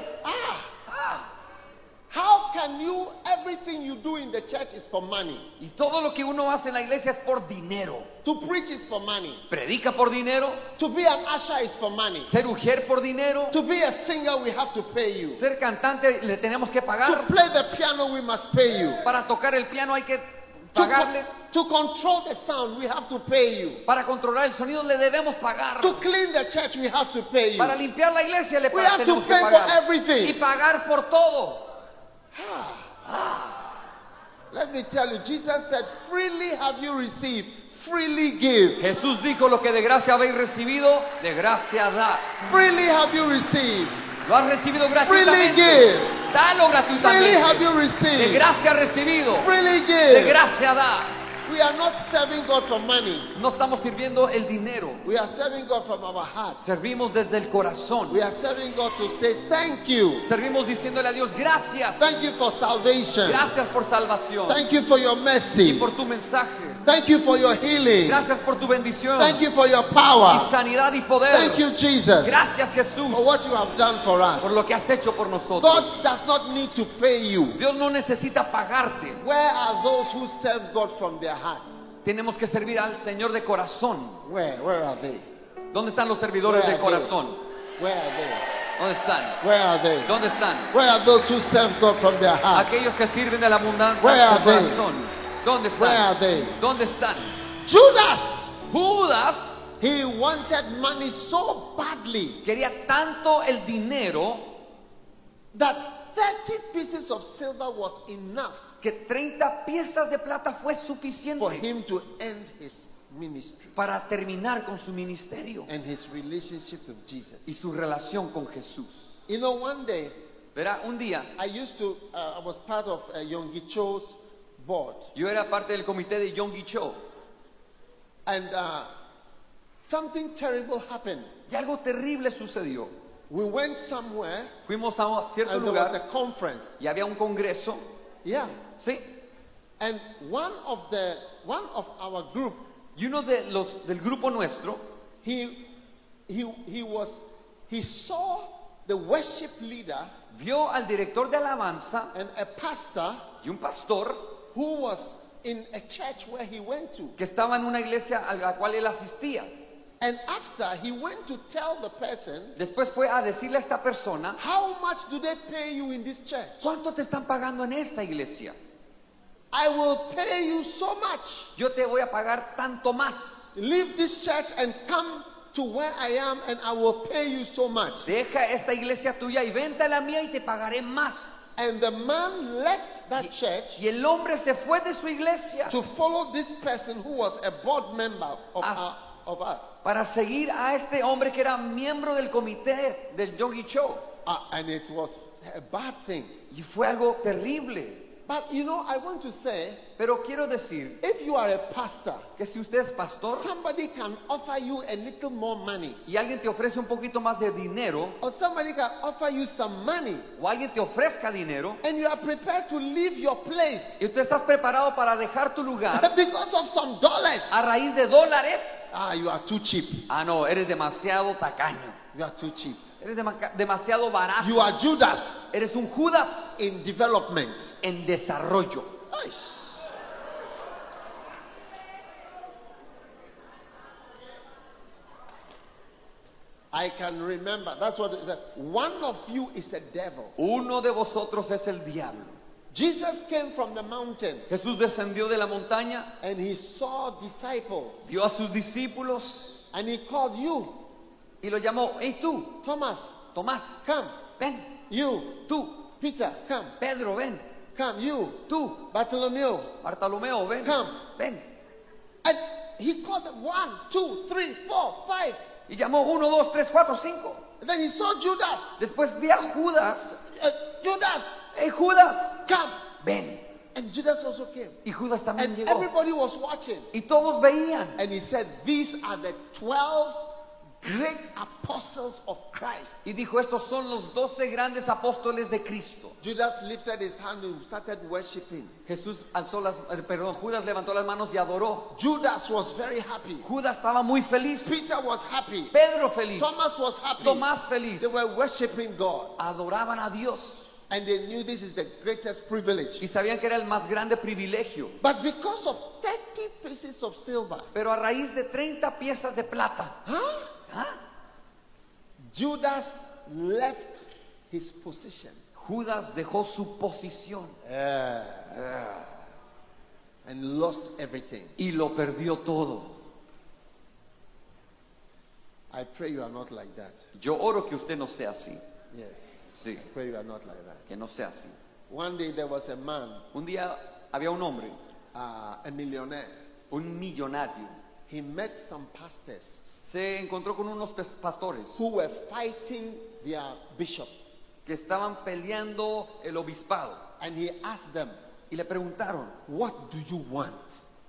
Speaker 2: How can you, everything you do in the church is for money?
Speaker 3: Y todo lo que uno hace en la iglesia es por dinero.
Speaker 2: To preach is for money.
Speaker 3: Predica por dinero,
Speaker 2: To be an usher is for money.
Speaker 3: ser ujier por dinero,
Speaker 2: To be a singer, we have to pay you.
Speaker 3: ser cantante le tenemos que
Speaker 2: To
Speaker 3: pagar.
Speaker 2: play the piano, we must pay you.
Speaker 3: Para tocar el piano hay que
Speaker 2: To,
Speaker 3: pagarle.
Speaker 2: to control the sound, we have to pay you.
Speaker 3: Para controlar el sonido le debemos pagar.
Speaker 2: To clean the church, we have to pay you.
Speaker 3: Para limpiar la iglesia le
Speaker 2: We have to
Speaker 3: tenemos que
Speaker 2: pay for
Speaker 3: pagar.
Speaker 2: everything.
Speaker 3: Y pagar por todo.
Speaker 2: Let me tell you, Jesus said, freely have you received, freely give.
Speaker 3: Jesús dijo lo que de gracia habéis recibido, de gracia da.
Speaker 2: Freely have you received,
Speaker 3: Lo has recibido
Speaker 2: freely
Speaker 3: gratuitamente.
Speaker 2: give.
Speaker 3: Dalo
Speaker 2: Freely have you
Speaker 3: gratuitamente. De
Speaker 2: received,
Speaker 3: gracia recibido.
Speaker 2: freely
Speaker 3: De
Speaker 2: give.
Speaker 3: gracia da.
Speaker 2: We are not serving God for money.
Speaker 3: No estamos sirviendo el dinero.
Speaker 2: We are serving God from our hearts.
Speaker 3: Servimos desde el corazón.
Speaker 2: We are serving God to say thank you.
Speaker 3: Servimos diciéndole a Dios gracias.
Speaker 2: Thank you for salvation.
Speaker 3: Gracias por salvación.
Speaker 2: Thank you for your
Speaker 3: Y
Speaker 2: mercy.
Speaker 3: por tu mensaje.
Speaker 2: Thank you for your healing.
Speaker 3: Gracias por tu bendición.
Speaker 2: Thank you for your
Speaker 3: Y
Speaker 2: power.
Speaker 3: sanidad y poder.
Speaker 2: Thank you, Jesus, Oh,
Speaker 3: Gracias Jesús
Speaker 2: for what you have done for
Speaker 3: por
Speaker 2: us.
Speaker 3: lo que has hecho por nosotros.
Speaker 2: God does not need to pay you.
Speaker 3: Dios no necesita pagarte.
Speaker 2: Where are those who serve God from their hearts?
Speaker 3: Tenemos que servir al Señor de corazón.
Speaker 2: Where? Where are they?
Speaker 3: ¿Dónde están los
Speaker 2: Where
Speaker 3: servidores
Speaker 2: are
Speaker 3: de
Speaker 2: they?
Speaker 3: corazón?
Speaker 2: Where are they?
Speaker 3: ¿Dónde están?
Speaker 2: Where are they?
Speaker 3: ¿Dónde están?
Speaker 2: Where are those who serve God from their hearts?
Speaker 3: Aquellos que sirven del abundante
Speaker 2: Ah. Where are they?
Speaker 3: corazón. ¿Dónde
Speaker 2: Where
Speaker 3: están?
Speaker 2: are they?
Speaker 3: ¿Dónde están?
Speaker 2: Judas!
Speaker 3: Judas
Speaker 2: He wanted money so badly
Speaker 3: quería tanto el dinero
Speaker 2: that 30 pieces of silver was enough
Speaker 3: que 30 piezas de plata fue
Speaker 2: for
Speaker 3: suficiente
Speaker 2: him to end his ministry
Speaker 3: para terminar con su ministerio
Speaker 2: and his relationship with Jesus.
Speaker 3: y su relación con Jesús.
Speaker 2: You know, one day
Speaker 3: Verá, un día
Speaker 2: I used to, uh, I was part of uh, Yonggi Cho's board,
Speaker 3: yo era parte del comité de Yonggi Cho
Speaker 2: and uh, something terrible happened.
Speaker 3: y algo terrible sucedió.
Speaker 2: We went somewhere
Speaker 3: Fuimos a un cierto
Speaker 2: and there was a
Speaker 3: lugar
Speaker 2: conference.
Speaker 3: y había un congreso,
Speaker 2: Yeah.
Speaker 3: ¿sí?
Speaker 2: And one of the one of our group,
Speaker 3: Y uno de los del grupo nuestro
Speaker 2: he he he was he saw the worship leader
Speaker 3: vio al director de alabanza
Speaker 2: and a pastor
Speaker 3: y un pastor
Speaker 2: who was in a church where he went to.
Speaker 3: que estaba en una iglesia a la cual él asistía.
Speaker 2: And after he went to tell the person,
Speaker 3: Después fue a decirle a esta persona,
Speaker 2: How much do they pay you in this church?
Speaker 3: ¿cuánto te están pagando en esta iglesia?
Speaker 2: I will pay you so much.
Speaker 3: Yo te voy a pagar tanto más.
Speaker 2: Leave this church and come to where I am, and I will pay you so much.
Speaker 3: Deja esta iglesia tuya y vente a la mía y te pagaré más.
Speaker 2: And the man left that church
Speaker 3: Y el hombre se fue de su iglesia
Speaker 2: to follow this person who was a board member of,
Speaker 3: As-
Speaker 2: our- of us.
Speaker 3: para seguir a este hombre que era miembro del comité del Yogi Show.
Speaker 2: Uh, and it was a bad thing.
Speaker 3: Y fue algo terrible.
Speaker 2: But you know, I want to say
Speaker 3: Pero quiero decir
Speaker 2: if you are a pastor,
Speaker 3: que si usted es pastor
Speaker 2: somebody can offer you a little more money,
Speaker 3: y alguien te ofrece un poquito más de dinero
Speaker 2: or somebody can offer you some money,
Speaker 3: o alguien te ofrezca dinero
Speaker 2: and you are prepared to leave your place
Speaker 3: y usted estás preparado para dejar tu lugar
Speaker 2: because of some dollars.
Speaker 3: a raíz de dólares,
Speaker 2: Ah, you are too cheap.
Speaker 3: ah no, eres demasiado tacaño.
Speaker 2: You are too cheap.
Speaker 3: Eres dema- demasiado barato.
Speaker 2: You are Judas
Speaker 3: Eres un Judas
Speaker 2: in development.
Speaker 3: en desarrollo.
Speaker 2: Aish. I can remember. That's what it said. One of you is a devil.
Speaker 3: Uno de vosotros es el diablo.
Speaker 2: Jesus came from the mountain
Speaker 3: Jesús descendió de la montaña,
Speaker 2: and he saw disciples
Speaker 3: vio a sus discípulos
Speaker 2: and he called you,
Speaker 3: y los llamó, hey tú,
Speaker 2: Thomas,
Speaker 3: Tomás,
Speaker 2: come.
Speaker 3: ven,
Speaker 2: You,
Speaker 3: tú,
Speaker 2: Peter, come.
Speaker 3: Pedro, ven,
Speaker 2: Come. You,
Speaker 3: tú,
Speaker 2: Bartholomew.
Speaker 3: Bartolomeo, ven,
Speaker 2: Come.
Speaker 3: ven.
Speaker 2: And he called them one, two, three, four, five.
Speaker 3: Y llamó uno, dos, tres, cuatro, cinco.
Speaker 2: And then he saw Judas.
Speaker 3: Después vi a Judas,
Speaker 2: Uh, Judas,
Speaker 3: hey Judas,
Speaker 2: come.
Speaker 3: ven.
Speaker 2: And Judas also came.
Speaker 3: Y Judas también
Speaker 2: And
Speaker 3: llegó.
Speaker 2: everybody was watching.
Speaker 3: Y todos veían.
Speaker 2: And he said, These are the 12 great apostles of Christ.
Speaker 3: Y dijo, estos son los doce grandes apóstoles de Cristo.
Speaker 2: Judas lifted his hand and started worshiping.
Speaker 3: Jesús alzó las, eh, perdón, Judas levantó las manos y adoró.
Speaker 2: Judas was very happy.
Speaker 3: Judas estaba muy feliz.
Speaker 2: Peter was happy.
Speaker 3: Pedro feliz.
Speaker 2: Thomas was happy.
Speaker 3: Tomás feliz.
Speaker 2: They were worshiping God.
Speaker 3: Adoraban a Dios
Speaker 2: And they knew this is the greatest privilege.
Speaker 3: y sabían que era el más grande privilegio.
Speaker 2: But because of 30 pieces of silver,
Speaker 3: Pero a raíz de 30 piezas de plata,
Speaker 2: huh?
Speaker 3: ¿ah?
Speaker 2: Judas left his position.
Speaker 3: Judas dejó su posición
Speaker 2: and lost everything.
Speaker 3: y lo perdió todo.
Speaker 2: I pray you are not like that.
Speaker 3: Yo oro que usted no sea así.
Speaker 2: Yes.
Speaker 3: Sí,
Speaker 2: I pray you are not like that.
Speaker 3: que no sea así.
Speaker 2: One day there was a man,
Speaker 3: Un día había un hombre,
Speaker 2: uh, a millionaire.
Speaker 3: un millonario,
Speaker 2: He met some pastors
Speaker 3: se encontró con unos pes- pastores
Speaker 2: who were fighting their bishop.
Speaker 3: que estaban peleando el obispado
Speaker 2: And he asked them,
Speaker 3: y le preguntaron,
Speaker 2: What do you want?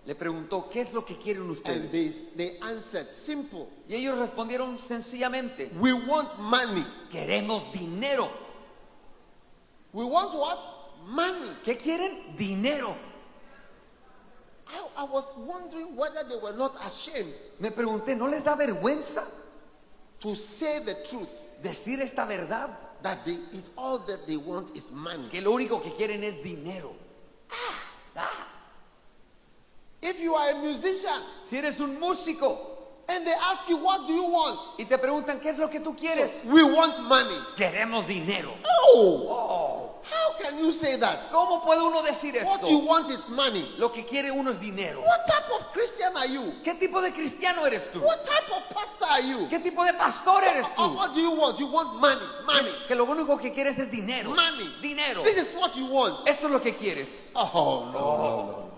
Speaker 3: le preguntó, ¿qué es lo que quieren
Speaker 2: And
Speaker 3: ustedes?
Speaker 2: they, they answered, Simple.
Speaker 3: Y ellos respondieron sencillamente,
Speaker 2: We want money.
Speaker 3: queremos dinero.
Speaker 2: We want what? Money.
Speaker 3: ¿Qué quieren? Dinero.
Speaker 2: I, I was wondering whether they were not ashamed
Speaker 3: Me pregunté, ¿no les da vergüenza
Speaker 2: to say the truth
Speaker 3: decir esta verdad?
Speaker 2: that they, it, all that they want is money.
Speaker 3: Que lo único que quieren es dinero.
Speaker 2: If you are a musician
Speaker 3: Si eres un músico
Speaker 2: and they ask you, What do you want?
Speaker 3: y te preguntan, ¿qué es lo que tú quieres?
Speaker 2: We want money.
Speaker 3: Queremos dinero.
Speaker 2: Oh,
Speaker 3: Oh,
Speaker 2: how can you say that?
Speaker 3: ¿Cómo puede uno decir
Speaker 2: What you
Speaker 3: esto?
Speaker 2: want is money.
Speaker 3: Lo que quiere uno es dinero.
Speaker 2: What type of Christian are you?
Speaker 3: ¿Qué tipo de cristiano eres tú?
Speaker 2: What type of pastor are you?
Speaker 3: ¿Qué tipo de pastor eres
Speaker 2: Or
Speaker 3: tú?
Speaker 2: what do you want? You want money, money,
Speaker 3: Que lo único que quieres es dinero.
Speaker 2: money,
Speaker 3: Dinero.
Speaker 2: This is what you want.
Speaker 3: Esto es lo que quieres.
Speaker 2: Oh no, no, no, no.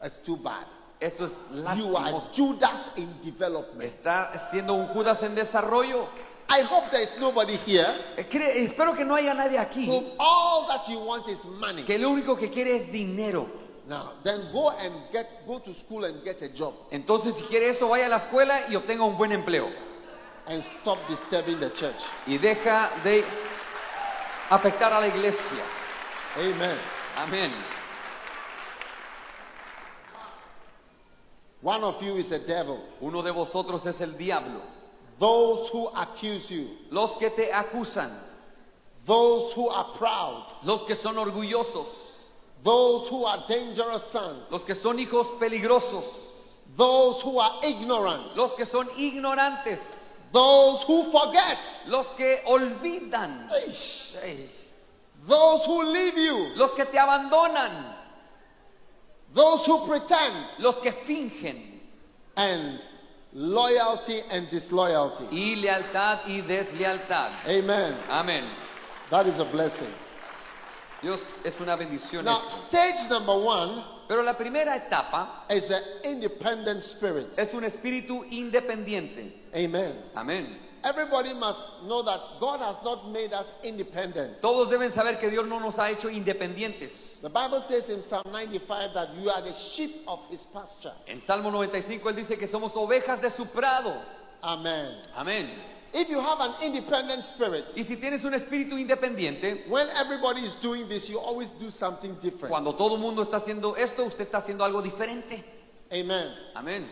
Speaker 2: That's too bad.
Speaker 3: Esto es
Speaker 2: You are
Speaker 3: lastimoso.
Speaker 2: Judas in development.
Speaker 3: Está siendo un Judas en desarrollo.
Speaker 2: I hope there is nobody here
Speaker 3: Eh, cre- Espero que no haya nadie aquí
Speaker 2: who all that you want is money.
Speaker 3: que lo único que quiere es dinero.
Speaker 2: Now, then go and get go to school and get a job
Speaker 3: Entonces, si quiere eso, vaya a la escuela y obtenga un buen empleo.
Speaker 2: and stop disturbing the church.
Speaker 3: Y deja de afectar a la iglesia.
Speaker 2: Amen.
Speaker 3: Amén.
Speaker 2: One of you is a devil.
Speaker 3: Uno de vosotros es el diablo.
Speaker 2: those who accuse you,
Speaker 3: los que te acusan,
Speaker 2: those who are proud,
Speaker 3: los que son orgullosos,
Speaker 2: those who are dangerous sons,
Speaker 3: los que son hijos peligrosos,
Speaker 2: those who are ignorant,
Speaker 3: los que son ignorantes,
Speaker 2: those who forget,
Speaker 3: los que olvidan,
Speaker 2: Eish.
Speaker 3: Ey.
Speaker 2: those who leave you,
Speaker 3: los que te abandonan,
Speaker 2: those who pretend,
Speaker 3: los que fingen,
Speaker 2: and loyalty and disloyalty.
Speaker 3: y lealtad y deslealtad.
Speaker 2: Amen.
Speaker 3: Amén.
Speaker 2: That is a blessing.
Speaker 3: Dios es una bendición.
Speaker 2: Now,
Speaker 3: esto.
Speaker 2: stage number one
Speaker 3: Pero la primera etapa
Speaker 2: is an independent spirit.
Speaker 3: es un espíritu independiente.
Speaker 2: Amen.
Speaker 3: Amén.
Speaker 2: Everybody must know that God has not made us independent.
Speaker 3: Todos deben saber que Dios no nos ha hecho independientes.
Speaker 2: The Bible says in Psalm 95 that you are the sheep of his pasture.
Speaker 3: En Salmo 95 él dice que somos ovejas de su prado.
Speaker 2: Amen.
Speaker 3: Amén.
Speaker 2: If you have an independent spirit,
Speaker 3: Y si tienes un espíritu independiente,
Speaker 2: when everybody is doing this, you always do something different.
Speaker 3: cuando todo el mundo está haciendo esto, usted está haciendo algo diferente.
Speaker 2: Amen.
Speaker 3: Amén.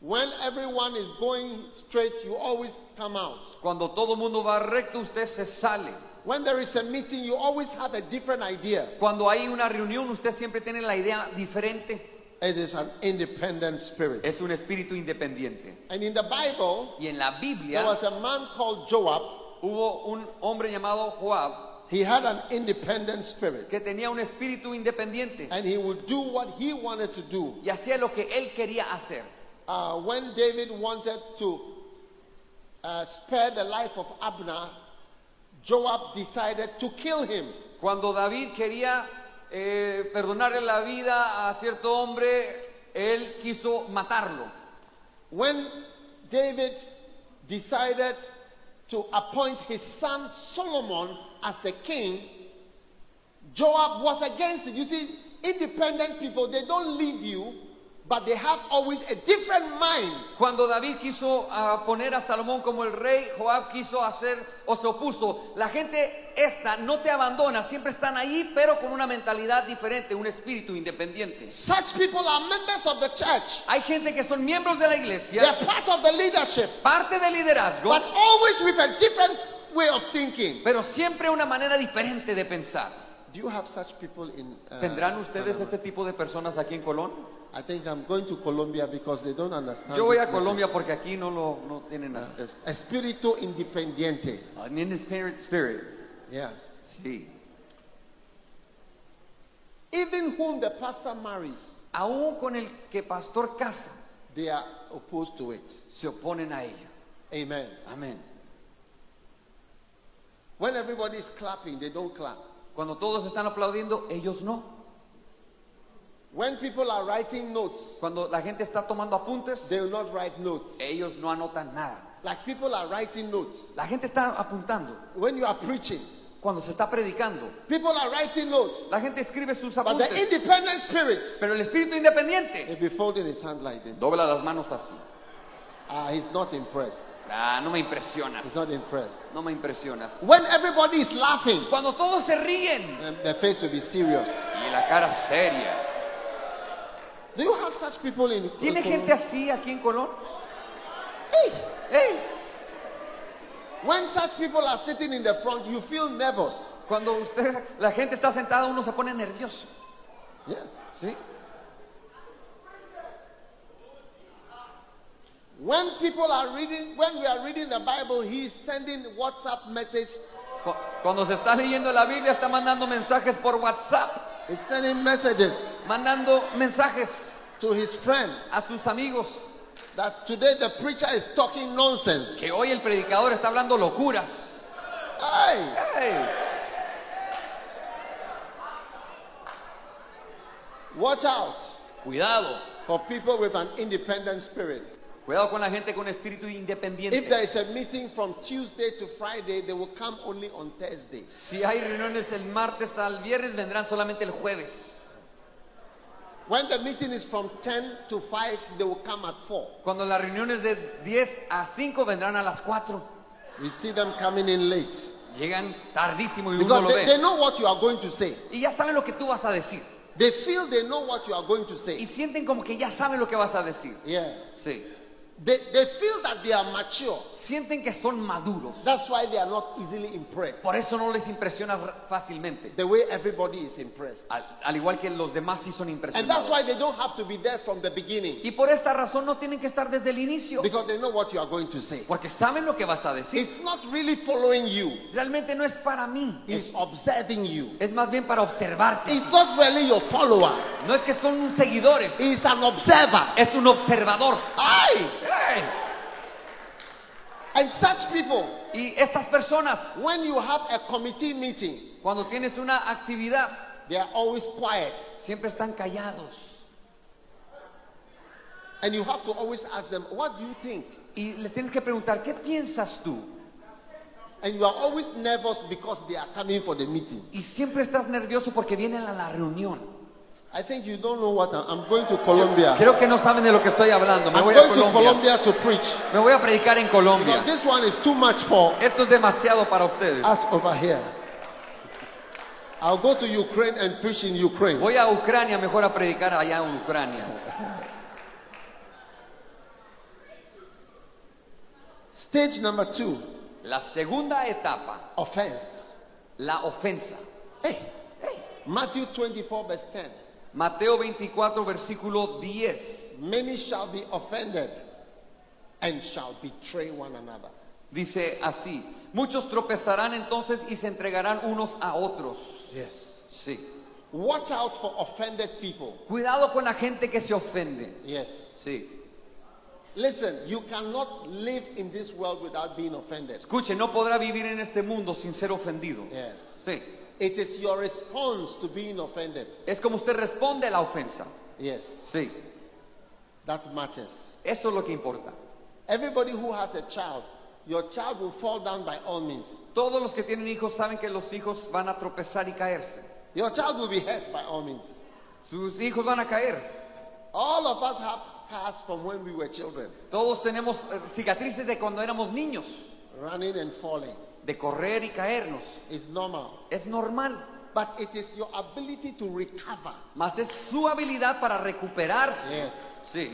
Speaker 2: When everyone is going straight, you always come out.
Speaker 3: Cuando todo el mundo va recto, usted se sale.
Speaker 2: When there is a meeting, you always have a different idea.
Speaker 3: Cuando hay una reunión, usted siempre tiene la idea diferente.
Speaker 2: It is an independent spirit.
Speaker 3: Es un espíritu independiente.
Speaker 2: And in the Bible,
Speaker 3: Y en la
Speaker 2: there
Speaker 3: Biblia
Speaker 2: was a man called Joab.
Speaker 3: hubo un hombre llamado Joab
Speaker 2: He had an independent spirit.
Speaker 3: que tenía un espíritu independiente
Speaker 2: And he would do what he wanted to do.
Speaker 3: y hacía lo que él quería hacer.
Speaker 2: Uh, when David wanted to uh, spare the life of Abner, Joab decided to kill him.
Speaker 3: Cuando David quería eh, perdonarle la vida a cierto hombre, él quiso matarlo.
Speaker 2: When David decided to appoint his son Solomon as the king, Joab was against it. You see, independent people, they don't leave you, but they have always a different mind.
Speaker 3: Cuando David quiso ah, poner a Salomón como el rey, Joab quiso hacer o se opuso. La gente esta no te abandona, siempre están ahí, pero con una mentalidad diferente, un espíritu independiente.
Speaker 2: Such people are members of the church,
Speaker 3: Hay gente que son miembros de la
Speaker 2: they're
Speaker 3: iglesia,
Speaker 2: part of the leadership.
Speaker 3: parte del liderazgo,
Speaker 2: but always with a different way of thinking.
Speaker 3: pero siempre una manera diferente de pensar.
Speaker 2: Do you have such people in? uh,
Speaker 3: ¿Tendrán ustedes este tipo de personas aquí en Colón?
Speaker 2: I think I'm going to Colombia because they don't understand.
Speaker 3: Yo voy
Speaker 2: this
Speaker 3: a
Speaker 2: message.
Speaker 3: Colombia porque aquí no lo no tienen as- es-
Speaker 2: Espíritu independiente.
Speaker 3: an independent spirit.
Speaker 2: Yeah.
Speaker 3: Sí.
Speaker 2: Even whom the pastor marries,
Speaker 3: Aún con el que pastor casa
Speaker 2: they are opposed to it.
Speaker 3: se oponen a ello.
Speaker 2: Amen.
Speaker 3: Amén.
Speaker 2: When everybody is clapping, they don't clap.
Speaker 3: Cuando todos están aplaudiendo, ellos no.
Speaker 2: When people are writing notes,
Speaker 3: Cuando la gente está tomando apuntes,
Speaker 2: they will not write notes.
Speaker 3: ellos no anotan nada.
Speaker 2: Like people are writing notes.
Speaker 3: La gente está apuntando
Speaker 2: When you are preaching,
Speaker 3: cuando se está predicando.
Speaker 2: people are writing notes.
Speaker 3: La gente escribe sus
Speaker 2: But the
Speaker 3: apuntes,
Speaker 2: independent spirit,
Speaker 3: pero el espíritu independiente
Speaker 2: he'll be folding his hand like this.
Speaker 3: dobla las manos así.
Speaker 2: Ah, he's not impressed.
Speaker 3: Ah, no me
Speaker 2: He's
Speaker 3: impresionas.
Speaker 2: not impressed.
Speaker 3: No me impresionas.
Speaker 2: When everybody is laughing,
Speaker 3: Cuando todos se ríen
Speaker 2: um, their face will be serious.
Speaker 3: y la cara seria.
Speaker 2: Do you have such people in?
Speaker 3: ¿Tiene gente así aquí en Colón?
Speaker 2: Hey, hey. When such people are sitting in the front, you feel nervous.
Speaker 3: Cuando usted, la gente está sentada, uno se pone nervioso.
Speaker 2: Yes.
Speaker 3: ¿Sí?
Speaker 2: When people are reading, when we are reading the Bible, he is sending WhatsApp message.
Speaker 3: Cu- Cuando se está leyendo la Biblia, está mandando mensajes por WhatsApp,
Speaker 2: He's sending messages
Speaker 3: mandando mensajes
Speaker 2: to his friend
Speaker 3: a sus amigos.
Speaker 2: that today the preacher is talking nonsense.
Speaker 3: Que hoy el predicador está hablando locuras.
Speaker 2: Hey.
Speaker 3: ¡Ey!
Speaker 2: Watch out
Speaker 3: Cuidado.
Speaker 2: for people with an independent spirit.
Speaker 3: Cuidado con la gente con espíritu
Speaker 2: If there
Speaker 3: independiente.
Speaker 2: is a meeting from Tuesday to Friday, they will come only on Thursday.
Speaker 3: Si hay reuniones el martes al viernes, vendrán solamente el jueves.
Speaker 2: When the meeting is from 10 to 5, they will come at 4.
Speaker 3: Cuando las reuniones de 10 a 5 vendrán a las 4.
Speaker 2: You see them coming in late.
Speaker 3: Llegan tardísimo y uno
Speaker 2: Because
Speaker 3: lo
Speaker 2: they, they
Speaker 3: ve.
Speaker 2: know what you are going to say.
Speaker 3: Y ya saben lo que tú vas a decir.
Speaker 2: They feel they know what you are going to say.
Speaker 3: y sienten como que ya saben lo que vas a decir.
Speaker 2: Yeah.
Speaker 3: Sí.
Speaker 2: They, they feel that they are mature.
Speaker 3: Sienten que son maduros.
Speaker 2: That's why they are not easily impressed.
Speaker 3: Por eso no les impresiona ra- fácilmente.
Speaker 2: The way everybody is impressed.
Speaker 3: Al, al igual que los demás sí son
Speaker 2: And that's why
Speaker 3: impresionados.
Speaker 2: they don't have to be there from the beginning
Speaker 3: Y por esta razón no tienen que estar desde el inicio.
Speaker 2: because they know what you are going to say.
Speaker 3: Porque saben lo que vas a decir.
Speaker 2: It's not really following you,
Speaker 3: Realmente no es para mí.
Speaker 2: it's observing you.
Speaker 3: Es más bien para observarte.
Speaker 2: It's not really your follower,
Speaker 3: No es que son un seguidores.
Speaker 2: it's an observer.
Speaker 3: Es un observador.
Speaker 2: Aye!
Speaker 3: ¡Ey!
Speaker 2: And such people,
Speaker 3: Y estas personas,
Speaker 2: when you have a committee meeting,
Speaker 3: cuando tienes una actividad,
Speaker 2: they are always quiet.
Speaker 3: siempre están callados.
Speaker 2: And you have to always ask them, What do you think?
Speaker 3: Y le tienes que preguntar, ¿qué piensas tú?
Speaker 2: And you are always nervous because they are coming for the meeting.
Speaker 3: Y siempre estás nervioso porque vienen a la reunión.
Speaker 2: I think you don't know what I'm, I'm going to Colombia.
Speaker 3: Creo que no saben de lo que estoy hablando. Me
Speaker 2: I'm
Speaker 3: voy a
Speaker 2: going to
Speaker 3: Colombia.
Speaker 2: Colombia to preach.
Speaker 3: Me voy a predicar en
Speaker 2: Because
Speaker 3: Colombia.
Speaker 2: this one is too much for
Speaker 3: Esto es demasiado para ustedes.
Speaker 2: us over here. I'll go to Ukraine and preach in Ukraine.
Speaker 3: Voy a Ucrania, mejor a predicar allá en Ucrania.
Speaker 2: Stage number two
Speaker 3: La segunda etapa,
Speaker 2: offense.
Speaker 3: la ofensa.
Speaker 2: Hey, hey. Matthew 24, verse 10.
Speaker 3: Mateo 24, versículo 10.
Speaker 2: Many shall be offended and shall betray one another.
Speaker 3: Dice así, muchos tropezarán entonces y se entregarán unos a otros.
Speaker 2: Yes.
Speaker 3: Sí.
Speaker 2: Watch out for offended people.
Speaker 3: Cuidado con la gente que se ofende.
Speaker 2: Yes.
Speaker 3: Sí.
Speaker 2: Listen, you cannot live in this world without being offended.
Speaker 3: Escuche, no podrá vivir en este mundo sin ser ofendido.
Speaker 2: Yes.
Speaker 3: Sí.
Speaker 2: It is your response to being offended.
Speaker 3: Es como usted responde a la ofensa.
Speaker 2: Yes.
Speaker 3: Sí.
Speaker 2: That matters.
Speaker 3: Eso es lo que importa.
Speaker 2: Everybody who has a child, your child will fall down by all means.
Speaker 3: Todos los que tienen hijos saben que los hijos van a tropezar y caerse.
Speaker 2: Your child will be hurt by all means.
Speaker 3: Sus hijos van a caer.
Speaker 2: All of us have scars from when we were children,
Speaker 3: Todos tenemos eh, cicatrices de cuando éramos niños,
Speaker 2: running and falling.
Speaker 3: de correr y caernos.
Speaker 2: It's normal.
Speaker 3: Es normal,
Speaker 2: But it is your ability to recover.
Speaker 3: más es su habilidad para recuperarse.
Speaker 2: Yes.
Speaker 3: Sí.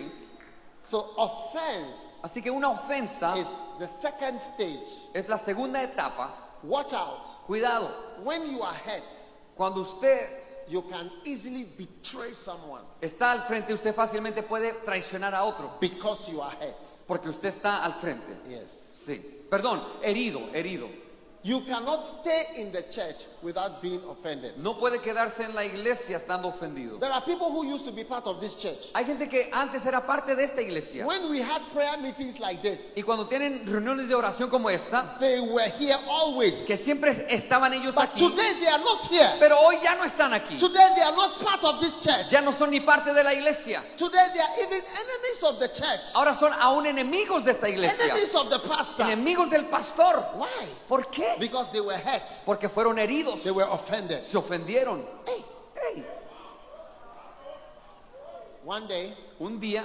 Speaker 2: So offense
Speaker 3: Así que una ofensa
Speaker 2: is the second stage.
Speaker 3: es la segunda etapa.
Speaker 2: Watch out.
Speaker 3: Cuidado,
Speaker 2: When you are hurt,
Speaker 3: cuando usted
Speaker 2: you can easily betray someone
Speaker 3: está al frente, usted fácilmente puede traicionar a otro,
Speaker 2: because you are hurt.
Speaker 3: porque usted está al frente.
Speaker 2: Yes.
Speaker 3: Sí. Perdón, herido, herido.
Speaker 2: You cannot stay in the church without being offended.
Speaker 3: No puede quedarse en la iglesia estando ofendido.
Speaker 2: There are people who used to be part of this church.
Speaker 3: Hay gente que antes era parte de esta iglesia.
Speaker 2: When we had prayer meetings like this,
Speaker 3: Y cuando tienen reuniones de oración como esta,
Speaker 2: they were here always.
Speaker 3: que siempre estaban ellos
Speaker 2: But
Speaker 3: aquí,
Speaker 2: today they are not here.
Speaker 3: pero hoy ya no están aquí.
Speaker 2: Today they are not part of this church.
Speaker 3: Ya no son ni parte de la iglesia.
Speaker 2: Today they are even enemies of the church,
Speaker 3: Ahora son aún enemigos de esta iglesia.
Speaker 2: enemies of the pastor.
Speaker 3: Enemigos del pastor.
Speaker 2: Why?
Speaker 3: ¿Por qué?
Speaker 2: Because they were hurt,
Speaker 3: Porque fueron heridos.
Speaker 2: they were offended.
Speaker 3: Se ofendieron. Ey.
Speaker 2: One day,
Speaker 3: Un día,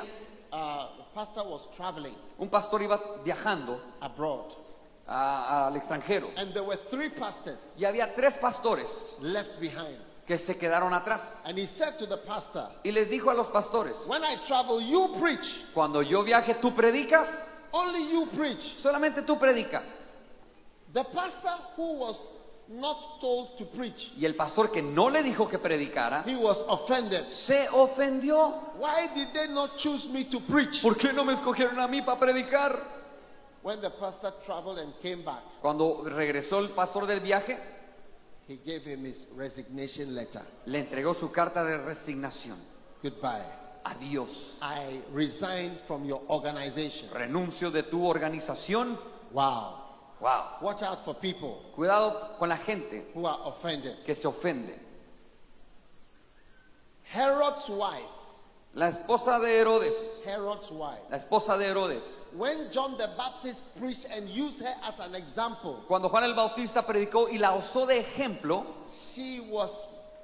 Speaker 2: uh, the pastor was traveling
Speaker 3: un pastor iba viajando
Speaker 2: abroad,
Speaker 3: a- al extranjero.
Speaker 2: and there were three pastors
Speaker 3: Y había tres pastores
Speaker 2: left behind.
Speaker 3: que se quedaron atrás.
Speaker 2: And he said to the pastor,
Speaker 3: Y les dijo a los pastores,
Speaker 2: When I travel, you preach.
Speaker 3: cuando yo viaje, tú predicas.
Speaker 2: Only you preach.
Speaker 3: Solamente tú predicas.
Speaker 2: The pastor who was not told to preach,
Speaker 3: Y el pastor que no le dijo que predicara,
Speaker 2: he was offended.
Speaker 3: se ofendió.
Speaker 2: Why did they not choose me to preach?
Speaker 3: ¿Por qué no me escogieron a mí para predicar?
Speaker 2: When the pastor traveled and came back,
Speaker 3: Cuando regresó el pastor del viaje,
Speaker 2: he gave him his resignation letter.
Speaker 3: le entregó su carta de resignación.
Speaker 2: Goodbye.
Speaker 3: Adiós.
Speaker 2: I resign from your organization.
Speaker 3: Renuncio de tu organización.
Speaker 2: Wow.
Speaker 3: Wow.
Speaker 2: Watch out for people
Speaker 3: Cuidado con la gente
Speaker 2: who are offended.
Speaker 3: que se ofende.
Speaker 2: Herod's wife,
Speaker 3: La esposa de Herodes.
Speaker 2: Herod's wife,
Speaker 3: La esposa de Herodes.
Speaker 2: when John the Baptist preached and used her as an example,
Speaker 3: Cuando Juan el Bautista predicó y la usó de ejemplo,
Speaker 2: She was,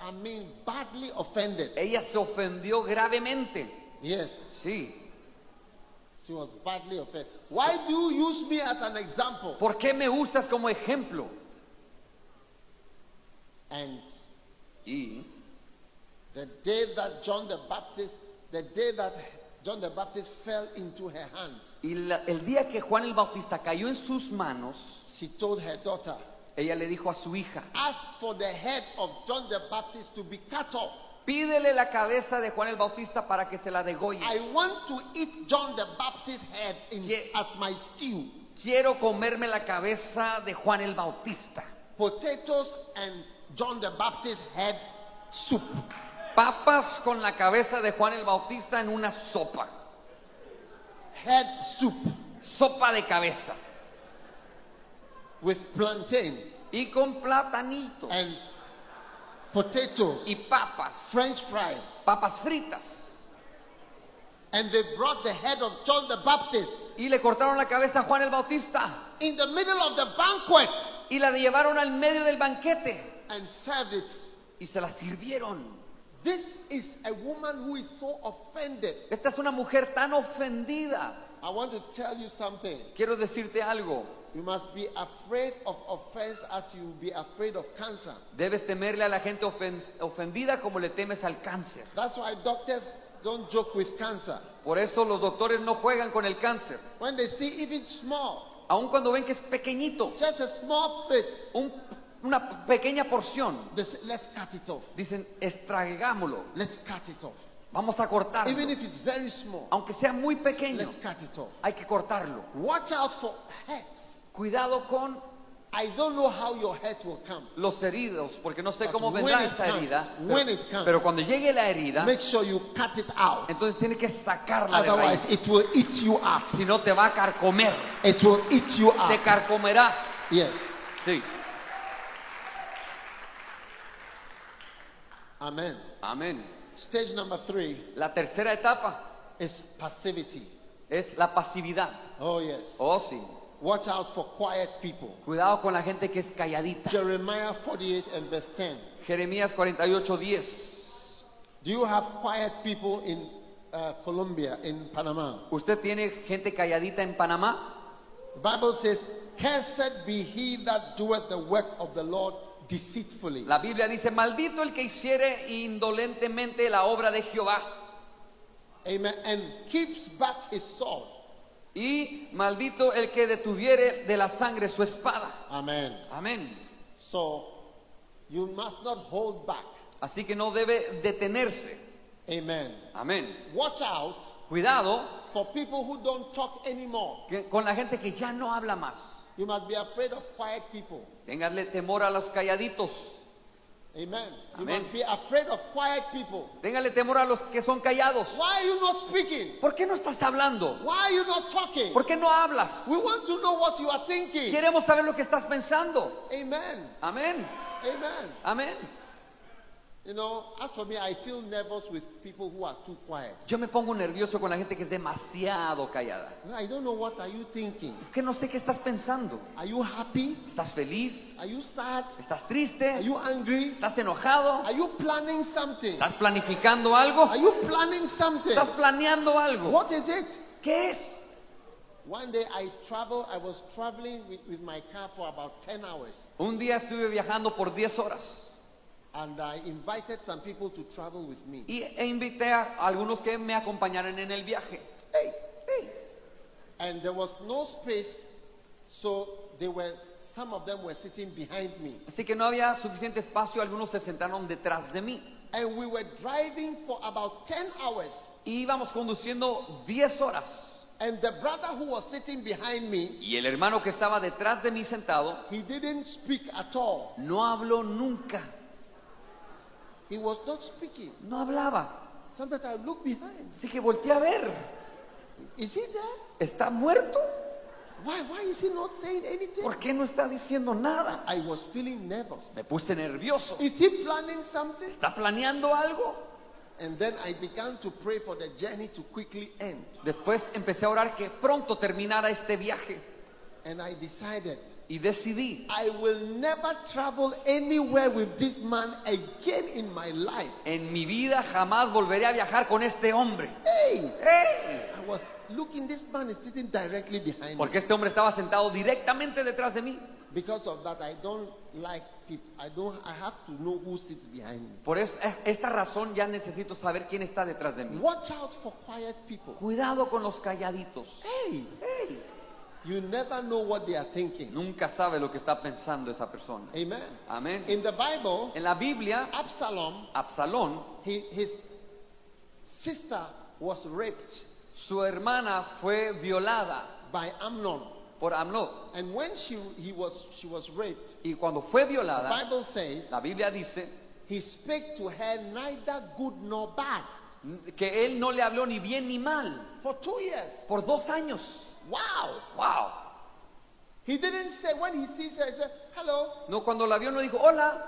Speaker 2: I mean, badly offended.
Speaker 3: ella se ofendió gravemente.
Speaker 2: Yes,
Speaker 3: Sí.
Speaker 2: she was badly offended. Why do you use me as an example?
Speaker 3: ¿Por qué me usas como ejemplo?
Speaker 2: And
Speaker 3: Y
Speaker 2: the day that John the Baptist, the day that John the Baptist fell into her hands.
Speaker 3: Y la- el día que Juan el Bautista cayó en sus manos,
Speaker 2: She told her daughter,
Speaker 3: ella le dijo a su hija,
Speaker 2: Ask for the head of John the Baptist to be cut off.
Speaker 3: pídele la cabeza de Juan el Bautista para que se la degolle.
Speaker 2: I want to eat John the Baptist's head in,
Speaker 3: Yeah.
Speaker 2: as my stew.
Speaker 3: Quiero comerme la cabeza de Juan el Bautista.
Speaker 2: Potatoes and John the Baptist's head soup.
Speaker 3: Papas con la cabeza de Juan el Bautista en una sopa.
Speaker 2: Head soup
Speaker 3: Sopa de cabeza.
Speaker 2: with plantain
Speaker 3: Y con platanitos.
Speaker 2: and potatoes,
Speaker 3: Y papas.
Speaker 2: French fries.
Speaker 3: Papas fritas.
Speaker 2: And they brought the head of John the Baptist
Speaker 3: Y le cortaron la cabeza a Juan el Bautista.
Speaker 2: in the middle of the banquet
Speaker 3: Y la llevaron al medio del banquete.
Speaker 2: and served it.
Speaker 3: Y se la sirvieron.
Speaker 2: This is a woman who is so offended.
Speaker 3: Esta es una mujer tan ofendida.
Speaker 2: I want to tell you something.
Speaker 3: Quiero decirte algo.
Speaker 2: You must be afraid of offense as you will be afraid of cancer.
Speaker 3: Debes temerle a la gente ofen- ofendida como le temes al cáncer.
Speaker 2: That's why doctors don't joke with cancer.
Speaker 3: Por eso los doctores no juegan con el cáncer.
Speaker 2: When they see even small,
Speaker 3: Aun cuando ven que es pequeñito,
Speaker 2: just a small bit,
Speaker 3: un- una pequeña porción,
Speaker 2: they say, let's cut it off.
Speaker 3: dicen, estragámoslo.
Speaker 2: Let's cut it off.
Speaker 3: Vamos a cortarlo.
Speaker 2: Even if it's very small,
Speaker 3: Aunque sea muy pequeño,
Speaker 2: let's cut it off.
Speaker 3: hay que cortarlo.
Speaker 2: Watch out for hurts.
Speaker 3: Cuidado con
Speaker 2: I don't know how your hurt will come.
Speaker 3: los heridos, porque no sé
Speaker 2: But
Speaker 3: cómo
Speaker 2: when
Speaker 3: vendrá
Speaker 2: it
Speaker 3: esa
Speaker 2: comes,
Speaker 3: herida.
Speaker 2: when
Speaker 3: Pero,
Speaker 2: it comes.
Speaker 3: pero cuando llegue la herida,
Speaker 2: Make sure you cut it out.
Speaker 3: entonces tiene que sacarla de raíz.
Speaker 2: Otherwise, it will eat you up.
Speaker 3: Si no, te va a carcomer.
Speaker 2: It will eat you
Speaker 3: Te
Speaker 2: up.
Speaker 3: carcomerá.
Speaker 2: Yes.
Speaker 3: Sí.
Speaker 2: Amen.
Speaker 3: Amén.
Speaker 2: Stage number three
Speaker 3: La tercera etapa
Speaker 2: is passivity.
Speaker 3: es la pasividad.
Speaker 2: Oh, yes.
Speaker 3: Oh, sí.
Speaker 2: Watch out for quiet people.
Speaker 3: Cuidado con la gente que es calladita.
Speaker 2: Jeremiah 48 and verse 10.
Speaker 3: Jeremías 48, 10.
Speaker 2: Do you have quiet people in uh, Colombia, in Panama?
Speaker 3: Usted tiene gente calladita en Panamá.
Speaker 2: The Bible says, Cursed be he that doeth the work of the Lord deceitfully.
Speaker 3: La Biblia dice, maldito el que hiciere indolentemente la obra de Jehová
Speaker 2: Amen. And keeps back his sword.
Speaker 3: y maldito el que detuviere de la sangre su espada.
Speaker 2: Amen.
Speaker 3: Amén.
Speaker 2: So, you must not hold back.
Speaker 3: Así que no debe detenerse.
Speaker 2: Amen.
Speaker 3: Amén.
Speaker 2: Watch out
Speaker 3: Cuidado
Speaker 2: for people who don't talk anymore.
Speaker 3: que- con la gente que ya no habla más.
Speaker 2: You must be afraid of quiet people.
Speaker 3: Ténganle temor a los calladitos.
Speaker 2: Amen. You
Speaker 3: Amen.
Speaker 2: must be afraid of quiet people.
Speaker 3: Ténganle temor a los que son callados.
Speaker 2: Why are you not speaking?
Speaker 3: ¿Por qué no estás hablando?
Speaker 2: Why are you not talking?
Speaker 3: ¿Por qué no hablas?
Speaker 2: We want to know what you are thinking.
Speaker 3: Queremos saber lo que estás pensando.
Speaker 2: Amen.
Speaker 3: Amén.
Speaker 2: Amen.
Speaker 3: Amén.
Speaker 2: You know, as for me, I feel nervous with people who are too quiet.
Speaker 3: Yo me pongo nervioso con la gente que es demasiado callada.
Speaker 2: I don't know what are you thinking.
Speaker 3: Es que no sé qué estás pensando.
Speaker 2: Are you happy?
Speaker 3: ¿Estás feliz?
Speaker 2: Are you sad?
Speaker 3: ¿Estás
Speaker 2: Are
Speaker 3: triste?
Speaker 2: you angry?
Speaker 3: ¿Estás enojado?
Speaker 2: Are you planning something?
Speaker 3: ¿Estás planificando algo?
Speaker 2: Are you planning something?
Speaker 3: ¿Estás planeando algo?
Speaker 2: What is it?
Speaker 3: ¿Qué es?
Speaker 2: One day I travel, I was traveling with, with my car for about 10 hours
Speaker 3: Un día estuve viajando por 10 horas
Speaker 2: and I invited some people to travel with me.
Speaker 3: y, e invité a algunos que me acompañaran en el viaje.
Speaker 2: Hey, hey. And there was no space, so they were some of them were sitting behind me.
Speaker 3: Así que no había suficiente espacio, algunos se sentaron detrás de mí.
Speaker 2: And we were driving for about 10 hours.
Speaker 3: Y íbamos conduciendo 10 horas.
Speaker 2: And the brother who was sitting behind me,
Speaker 3: Y el hermano que estaba detrás de mí sentado
Speaker 2: he didn't speak at all.
Speaker 3: no habló nunca,
Speaker 2: He was not speaking.
Speaker 3: no hablaba.
Speaker 2: Sometimes I look behind.
Speaker 3: Así que volteé a ver,
Speaker 2: Is he there?
Speaker 3: ¿está muerto?
Speaker 2: Why why is he not saying anything?
Speaker 3: ¿Por qué no está diciendo nada?
Speaker 2: I was feeling nervous.
Speaker 3: Me puse nervioso.
Speaker 2: Is he planning something?
Speaker 3: ¿Está planeando algo?
Speaker 2: And then I began to pray for the journey to quickly end.
Speaker 3: Después empecé a orar que pronto terminara este viaje
Speaker 2: And I decided
Speaker 3: y decidí,
Speaker 2: I will never travel anywhere with this man again in my life.
Speaker 3: en mi vida jamás volveré a viajar con este hombre.
Speaker 2: Hey!
Speaker 3: ¡Ey!
Speaker 2: I was looking, this man is sitting directly behind me.
Speaker 3: Porque este hombre estaba sentado directamente detrás de mí.
Speaker 2: Because of that, I don't like people. I don't. I have to know who sits behind me.
Speaker 3: Por es- esta razón ya necesito saber quién está detrás de mí.
Speaker 2: Watch out for quiet people.
Speaker 3: Cuidado con los calladitos.
Speaker 2: Hey,
Speaker 3: Hey.
Speaker 2: you never know what they are thinking.
Speaker 3: Nunca sabe lo que está pensando esa persona.
Speaker 2: Amen.
Speaker 3: Amén.
Speaker 2: In the Bible,
Speaker 3: En la Biblia,
Speaker 2: Absalom,
Speaker 3: Absalón,
Speaker 2: he, his sister was raped
Speaker 3: su hermana fue violada
Speaker 2: by Amnon,
Speaker 3: por Amnón.
Speaker 2: and when she he was she was raped,
Speaker 3: Y cuando fue
Speaker 2: the
Speaker 3: violada,
Speaker 2: Bible says
Speaker 3: la Biblia dice
Speaker 2: he spake to her neither good nor bad
Speaker 3: que él no le habló ni bien ni mal
Speaker 2: for two years.
Speaker 3: por dos años.
Speaker 2: Wow.
Speaker 3: ¡Wow!
Speaker 2: He didn't say when he sees her, he said, "Hello,
Speaker 3: No, cuando la vio no dijo, hola,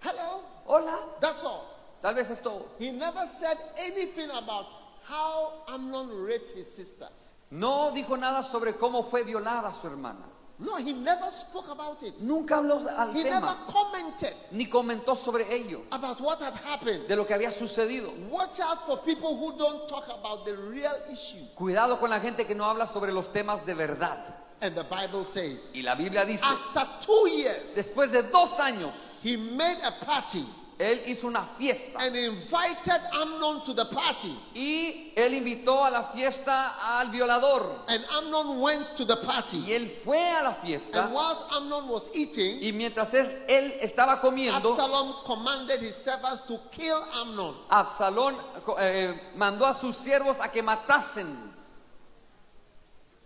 Speaker 2: hello."
Speaker 3: hola.
Speaker 2: That's all.
Speaker 3: Tal vez esto
Speaker 2: He never said anything about how Amnon raped his sister.
Speaker 3: no dijo nada sobre cómo fue violada su hermana.
Speaker 2: No, he never spoke about it.
Speaker 3: Nunca habló al
Speaker 2: He never
Speaker 3: tema,
Speaker 2: commented
Speaker 3: ni comentó sobre ello,
Speaker 2: about what had happened.
Speaker 3: de lo que había sucedido.
Speaker 2: Watch out for people who don't talk about the real issue.
Speaker 3: Cuidado con la gente que no habla sobre los temas de verdad.
Speaker 2: And the Bible says,
Speaker 3: Y la Biblia dice,
Speaker 2: after two years,
Speaker 3: después de dos años,
Speaker 2: he made a party
Speaker 3: él hizo una fiesta.
Speaker 2: and invited Amnon to the party.
Speaker 3: Y él invitó a la fiesta al violador.
Speaker 2: And Amnon went to the
Speaker 3: Y
Speaker 2: party.
Speaker 3: él fue a la
Speaker 2: And
Speaker 3: fiesta.
Speaker 2: whilst Amnon was eating,
Speaker 3: Y mientras él, él estaba comiendo,
Speaker 2: Absalom commanded his servants to kill Amnon.
Speaker 3: Absalón eh, mandó a sus siervos a que matasen.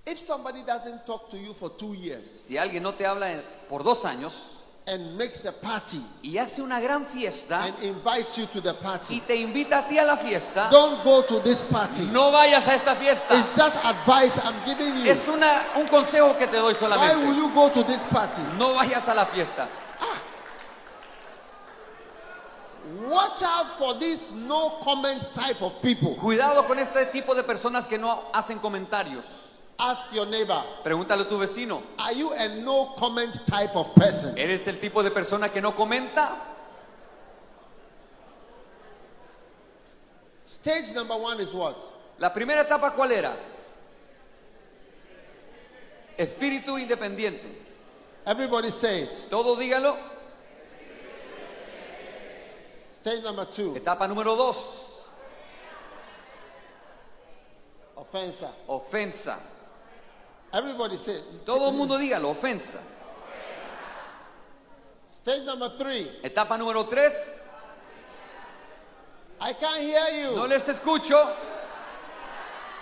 Speaker 2: If somebody doesn't talk to you for two years
Speaker 3: Si alguien no te habla en- por dos años
Speaker 2: and makes a party
Speaker 3: y hace una gran fiesta
Speaker 2: and invites you to the
Speaker 3: y
Speaker 2: party,
Speaker 3: te invita a ti a la fiesta,
Speaker 2: don't go to this party.
Speaker 3: no vayas a esta fiesta.
Speaker 2: It's just advice I'm giving you.
Speaker 3: Es una, un consejo que te doy
Speaker 2: Why will
Speaker 3: solamente.
Speaker 2: you go to this party?
Speaker 3: No vayas a la fiesta.
Speaker 2: Watch out for these no comment type of people.
Speaker 3: Cuidado con este tipo de personas que no hacen comentarios.
Speaker 2: Ask your neighbor,
Speaker 3: Pregúntale a tu vecino.
Speaker 2: are you a no comment type of person?
Speaker 3: ¿Eres el tipo de persona que no comenta?
Speaker 2: Stage number one is what?
Speaker 3: La primera etapa, ¿cuál era? Espíritu independiente.
Speaker 2: Everybody say it.
Speaker 3: Todo dígalo.
Speaker 2: Stage number two,
Speaker 3: Etapa número dos,
Speaker 2: offenser.
Speaker 3: ofensa.
Speaker 2: Everybody say it.
Speaker 3: Todo el mundo dígalo, ofensa.
Speaker 2: Stage number three,
Speaker 3: Etapa número tres,
Speaker 2: I can't hear you.
Speaker 3: no les escucho.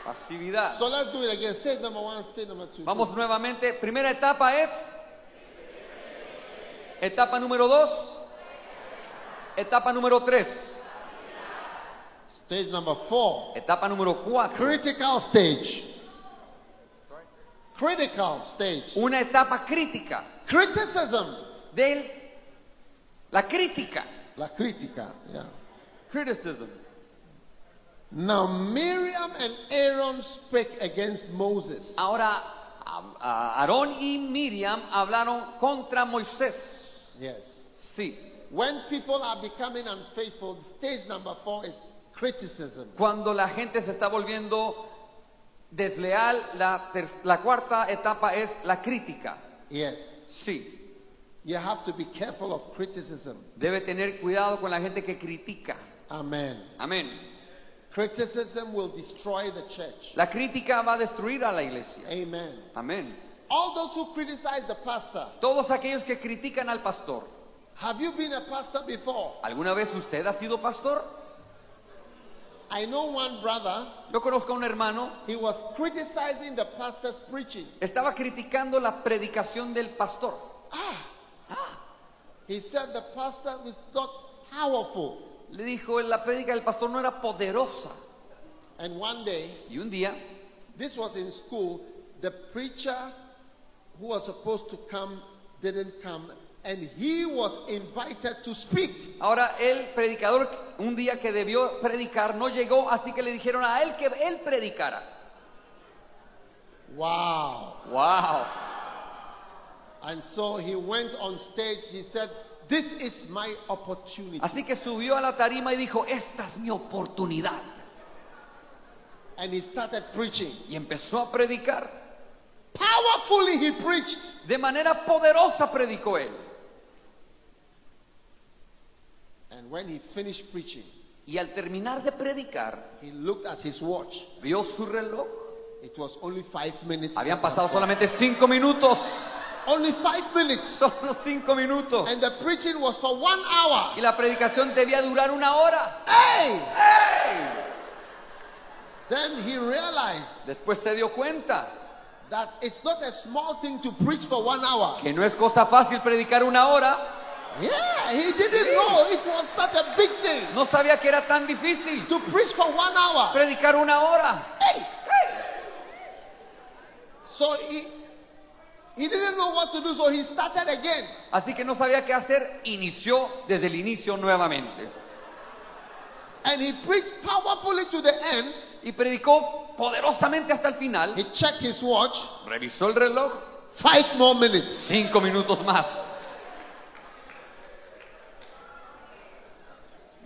Speaker 3: Pasividad.
Speaker 2: So let's do it again. Stage number one, stage number two.
Speaker 3: Vamos nuevamente. Primera etapa es. Etapa número dos. Etapa número tres.
Speaker 2: Stage number four.
Speaker 3: Etapa número cuatro.
Speaker 2: Critical stage. Critical stage.
Speaker 3: Una etapa crítica.
Speaker 2: Criticism.
Speaker 3: Del, la crítica.
Speaker 2: La critica. Yeah.
Speaker 3: Criticism.
Speaker 2: Now Miriam and Aaron spake against Moses.
Speaker 3: Ahora, a- a- Aarón y Miriam hablaron contra Moisés.
Speaker 2: Yes.
Speaker 3: Sí.
Speaker 2: When people are becoming unfaithful, stage number four is criticism.
Speaker 3: Cuando la gente se está volviendo desleal, la, ter- la cuarta etapa es la crítica.
Speaker 2: Yes.
Speaker 3: Sí,
Speaker 2: You have to be careful of criticism.
Speaker 3: debe tener cuidado con la gente que critica.
Speaker 2: Amen.
Speaker 3: Amén.
Speaker 2: Criticism will destroy the church.
Speaker 3: La crítica va a destruir a la iglesia.
Speaker 2: Amen.
Speaker 3: Amén.
Speaker 2: All those who criticize the pastor,
Speaker 3: Todos aquellos que critican al pastor.
Speaker 2: Have you been a pastor before?
Speaker 3: ¿Alguna vez usted ha sido pastor?
Speaker 2: I know one brother,
Speaker 3: Yo conozco a un hermano,
Speaker 2: he was criticizing the pastor's preaching.
Speaker 3: estaba criticando la predicación del pastor.
Speaker 2: He said the pastor was not powerful.
Speaker 3: Le dijo, la predica del pastor no era poderosa.
Speaker 2: And one day,
Speaker 3: Y un día,
Speaker 2: this was in school, the preacher who was supposed to come didn't come, and he was invited to speak.
Speaker 3: Ahora el predicador, un día que debió predicar, no llegó, así que le dijeron a él que él predicara.
Speaker 2: Wow.
Speaker 3: ¡Wow!
Speaker 2: And so he went on stage, he said, This is my opportunity.
Speaker 3: Así que subió a la tarima y dijo, esta es mi oportunidad.
Speaker 2: And he started preaching.
Speaker 3: Y empezó a predicar.
Speaker 2: Powerfully he preached.
Speaker 3: De manera poderosa predicó él.
Speaker 2: And when he finished preaching,
Speaker 3: Y al terminar de predicar,
Speaker 2: he looked at his watch.
Speaker 3: vio su reloj.
Speaker 2: It was only five minutes.
Speaker 3: Habían pasado solamente cinco minutos.
Speaker 2: Only five minutes.
Speaker 3: Solo cinco minutos.
Speaker 2: And the preaching was for one hour.
Speaker 3: Y la predicación debía durar una hora.
Speaker 2: Hey!
Speaker 3: ¡Ey!
Speaker 2: Then he realized
Speaker 3: Después se dio cuenta
Speaker 2: that it's not a small thing to preach for one hour.
Speaker 3: que no es cosa fácil predicar una hora.
Speaker 2: Yeah, he didn't know it was such a big thing
Speaker 3: No sabía que era tan difícil
Speaker 2: to preach for one hour.
Speaker 3: predicar una hora.
Speaker 2: Hey! So he he didn't know what to do, so he started again.
Speaker 3: Así que no sabía qué hacer. Inició desde el inicio nuevamente.
Speaker 2: And he preached powerfully to the end.
Speaker 3: Y predicó poderosamente hasta el final.
Speaker 2: He checked his watch.
Speaker 3: Revisó el reloj.
Speaker 2: Five more minutes.
Speaker 3: Cinco minutos más.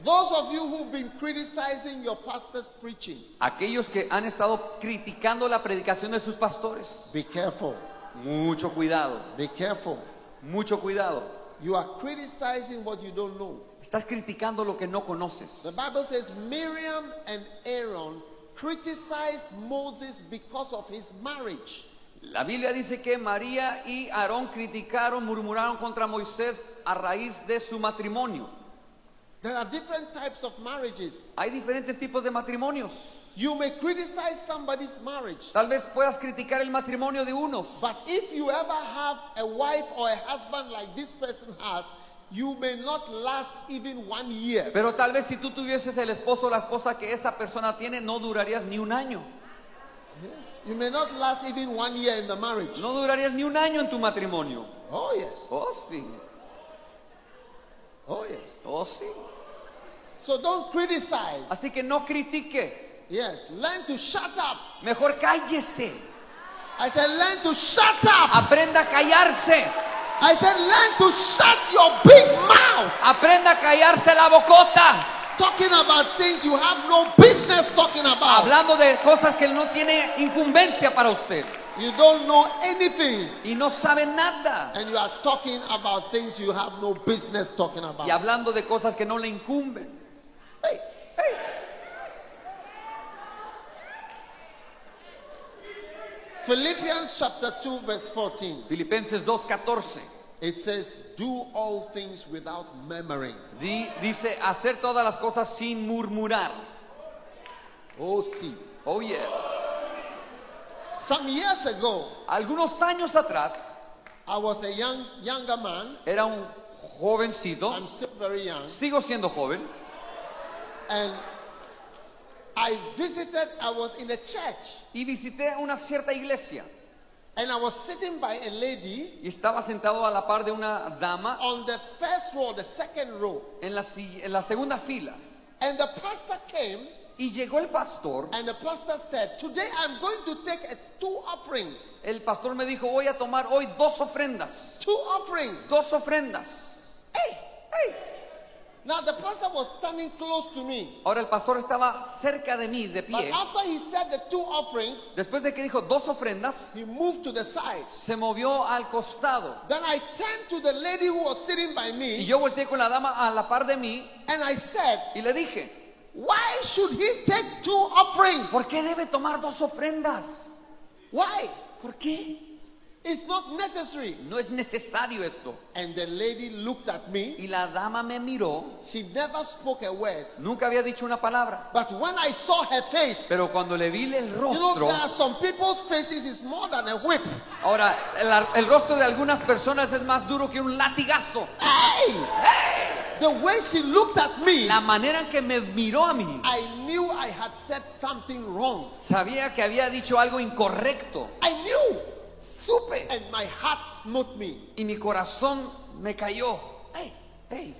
Speaker 2: Those of you who've been criticizing your pastor's preaching,
Speaker 3: Aquellos que han estado criticando la predicación de sus pastores.
Speaker 2: be careful.
Speaker 3: Mucho cuidado.
Speaker 2: Be careful.
Speaker 3: Mucho cuidado.
Speaker 2: You are criticizing what you don't know.
Speaker 3: Estás criticando lo que no conoces.
Speaker 2: The Bible says Miriam and Aaron criticized Moses because of his marriage.
Speaker 3: La Biblia dice que María y Aarón criticaron, murmuraron contra Moisés a raíz de su matrimonio.
Speaker 2: There are different types of marriages.
Speaker 3: Hay diferentes tipos de matrimonios.
Speaker 2: You may criticize somebody's marriage,
Speaker 3: Tal vez puedas criticar el matrimonio de unos,
Speaker 2: but if you ever have a wife or a husband like this person has, you may not last even one year.
Speaker 3: pero tal vez si tú tuvieses el esposo o la esposa que esa persona tiene, no durarías ni un año.
Speaker 2: You may not last even one year in the marriage.
Speaker 3: No durarías ni un año en tu matrimonio.
Speaker 2: Oh, yes.
Speaker 3: Oh, sí.
Speaker 2: Oh, yes.
Speaker 3: Oh, sí.
Speaker 2: So don't criticize.
Speaker 3: Así que no critique.
Speaker 2: Yes. Learn to shut up.
Speaker 3: Mejor cállese.
Speaker 2: I said, learn to shut up.
Speaker 3: Aprenda a callarse.
Speaker 2: I said, learn to shut your big mouth
Speaker 3: Aprenda a callarse la bocota.
Speaker 2: talking about things you have no business talking about.
Speaker 3: hablando de cosas que no tiene incumbencia para usted
Speaker 2: You don't know anything,
Speaker 3: y no sabe nada
Speaker 2: and you are talking about things you have no business talking
Speaker 3: y
Speaker 2: about.
Speaker 3: hablando de cosas que no le incumben.
Speaker 2: Hey, hey. Philippians chapter 2, verse 14.
Speaker 3: Filipenses 2:14
Speaker 2: It says, Do all things without murmuring.
Speaker 3: di- dice hacer todas las cosas sin murmurar.
Speaker 2: Oh, see.
Speaker 3: Oh yes.
Speaker 2: Some years ago,
Speaker 3: Algunos años atrás
Speaker 2: I was a young younger man.
Speaker 3: era un jovencito,
Speaker 2: I'm still very young.
Speaker 3: sigo siendo joven
Speaker 2: And I visited, I was in a church
Speaker 3: y visité una cierta iglesia
Speaker 2: and I was sitting by a lady
Speaker 3: y estaba sentado a la par de una dama
Speaker 2: on the first row, the second row.
Speaker 3: en la, si- en la segunda fila
Speaker 2: And the pastor came
Speaker 3: y llegó el pastor
Speaker 2: and the pastor said, Today I'm going to take uh, two offerings.
Speaker 3: El pastor me dijo, voy a tomar hoy dos ofrendas.
Speaker 2: Two offerings.
Speaker 3: Dos ofrendas.
Speaker 2: Hey, hey. Now the pastor was standing close to me.
Speaker 3: Ahora el pastor estaba cerca de mí, de
Speaker 2: But
Speaker 3: pie.
Speaker 2: after he said the two offerings,
Speaker 3: Después de que dijo dos ofrendas,
Speaker 2: he moved to the side.
Speaker 3: se movió al costado.
Speaker 2: Then I turned to the lady who was sitting by
Speaker 3: Y
Speaker 2: me
Speaker 3: yo volteé con la dama a la par de mí
Speaker 2: and I said,
Speaker 3: y le dije,
Speaker 2: Why should he take two offerings?
Speaker 3: ¿por qué debe tomar dos ofrendas?
Speaker 2: Why?
Speaker 3: ¿Por qué?
Speaker 2: It's not necessary.
Speaker 3: No es necesario esto.
Speaker 2: And the lady looked at me.
Speaker 3: Y la dama me miró.
Speaker 2: She never spoke a word.
Speaker 3: Nunca había dicho una palabra.
Speaker 2: But when I saw her face,
Speaker 3: Pero cuando le vi el
Speaker 2: you know,
Speaker 3: rostro,
Speaker 2: there are some people's faces is more than a whip.
Speaker 3: ahora el, ar- el rostro de algunas personas es más duro que un latigazo.
Speaker 2: Hey! The way she looked at me,
Speaker 3: La manera en que me miró a mí,
Speaker 2: I knew I had said something wrong.
Speaker 3: sabía que había dicho algo incorrecto.
Speaker 2: I knew.
Speaker 3: Supe.
Speaker 2: And my heart smote me.
Speaker 3: Y mi corazón me cayó. Ey, ey.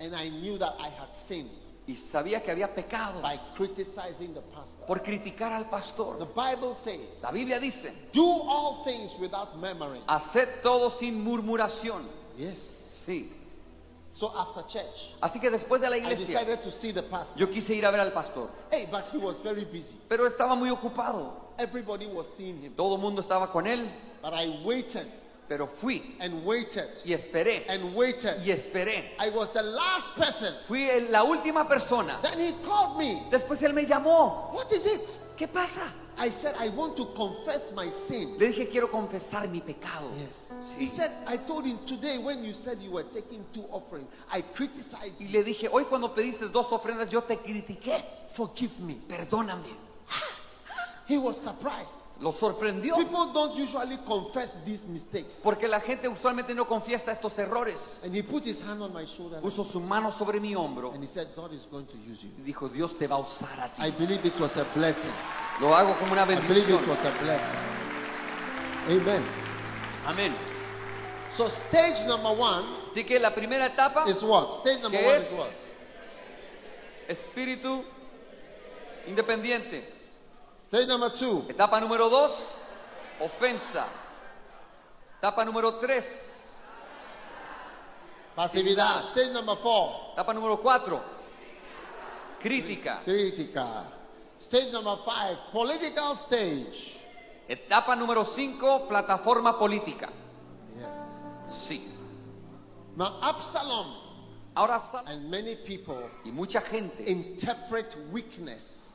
Speaker 2: And I knew that I had sinned
Speaker 3: Y sabía que había pecado
Speaker 2: by criticizing the pastor.
Speaker 3: por criticar al
Speaker 2: The
Speaker 3: pastor.
Speaker 2: Bible says,
Speaker 3: La Biblia dice,
Speaker 2: do all things without murmuring.
Speaker 3: haced todo sin murmuración.
Speaker 2: Yes.
Speaker 3: Sí.
Speaker 2: So after church,
Speaker 3: Así que después de la
Speaker 2: I
Speaker 3: iglesia,
Speaker 2: decided to see the pastor.
Speaker 3: yo quise ir a ver al pastor,
Speaker 2: Hey, but he was very busy.
Speaker 3: pero estaba muy ocupado.
Speaker 2: Everybody was seeing him.
Speaker 3: Todo el mundo estaba con él,
Speaker 2: But I waited
Speaker 3: pero fui
Speaker 2: and waited
Speaker 3: y esperé
Speaker 2: and waited.
Speaker 3: y esperé.
Speaker 2: I was the last person.
Speaker 3: Fui el- la última persona.
Speaker 2: Then he called me.
Speaker 3: Después él me llamó.
Speaker 2: What is it?
Speaker 3: ¿Qué pasa?
Speaker 2: I said, I want to confess my sin.
Speaker 3: Le dije, quiero confesar mi pecado.
Speaker 2: Yes. He
Speaker 3: Sí.
Speaker 2: said, I told him today when you said you were taking two offerings, I criticized
Speaker 3: Y
Speaker 2: you.
Speaker 3: le dije, hoy cuando pediste dos ofrendas, yo te critiqué.
Speaker 2: Forgive me.
Speaker 3: Perdóname.
Speaker 2: He was surprised.
Speaker 3: Lo sorprendió.
Speaker 2: People don't usually confess these mistakes.
Speaker 3: Porque la gente usualmente no confiesa estos errores.
Speaker 2: And he put his hand on my shoulder
Speaker 3: Puso su mano sobre mi hombro
Speaker 2: and he said, God is going to use you.
Speaker 3: y dijo, Dios te va a usar a ti.
Speaker 2: I believe it was a blessing.
Speaker 3: Lo hago como una
Speaker 2: I believe
Speaker 3: bendición.
Speaker 2: it was a blessing. Amen.
Speaker 3: Amén.
Speaker 2: So stage number one
Speaker 3: Así que la primera etapa,
Speaker 2: is what? Stage number
Speaker 3: que
Speaker 2: one is
Speaker 3: es
Speaker 2: what?
Speaker 3: espíritu independiente.
Speaker 2: Stage number two,
Speaker 3: Etapa número dos, ofensa. Etapa número tres,
Speaker 2: pasividad. Stage number four,
Speaker 3: etapa número cuatro, crítica.
Speaker 2: crítica. Stage number five, political stage.
Speaker 3: Etapa número 5, plataforma política.
Speaker 2: Yes.
Speaker 3: Sí.
Speaker 2: Now Absalom
Speaker 3: Ahora Absalom
Speaker 2: and many people
Speaker 3: y mucha gente
Speaker 2: interpret weakness,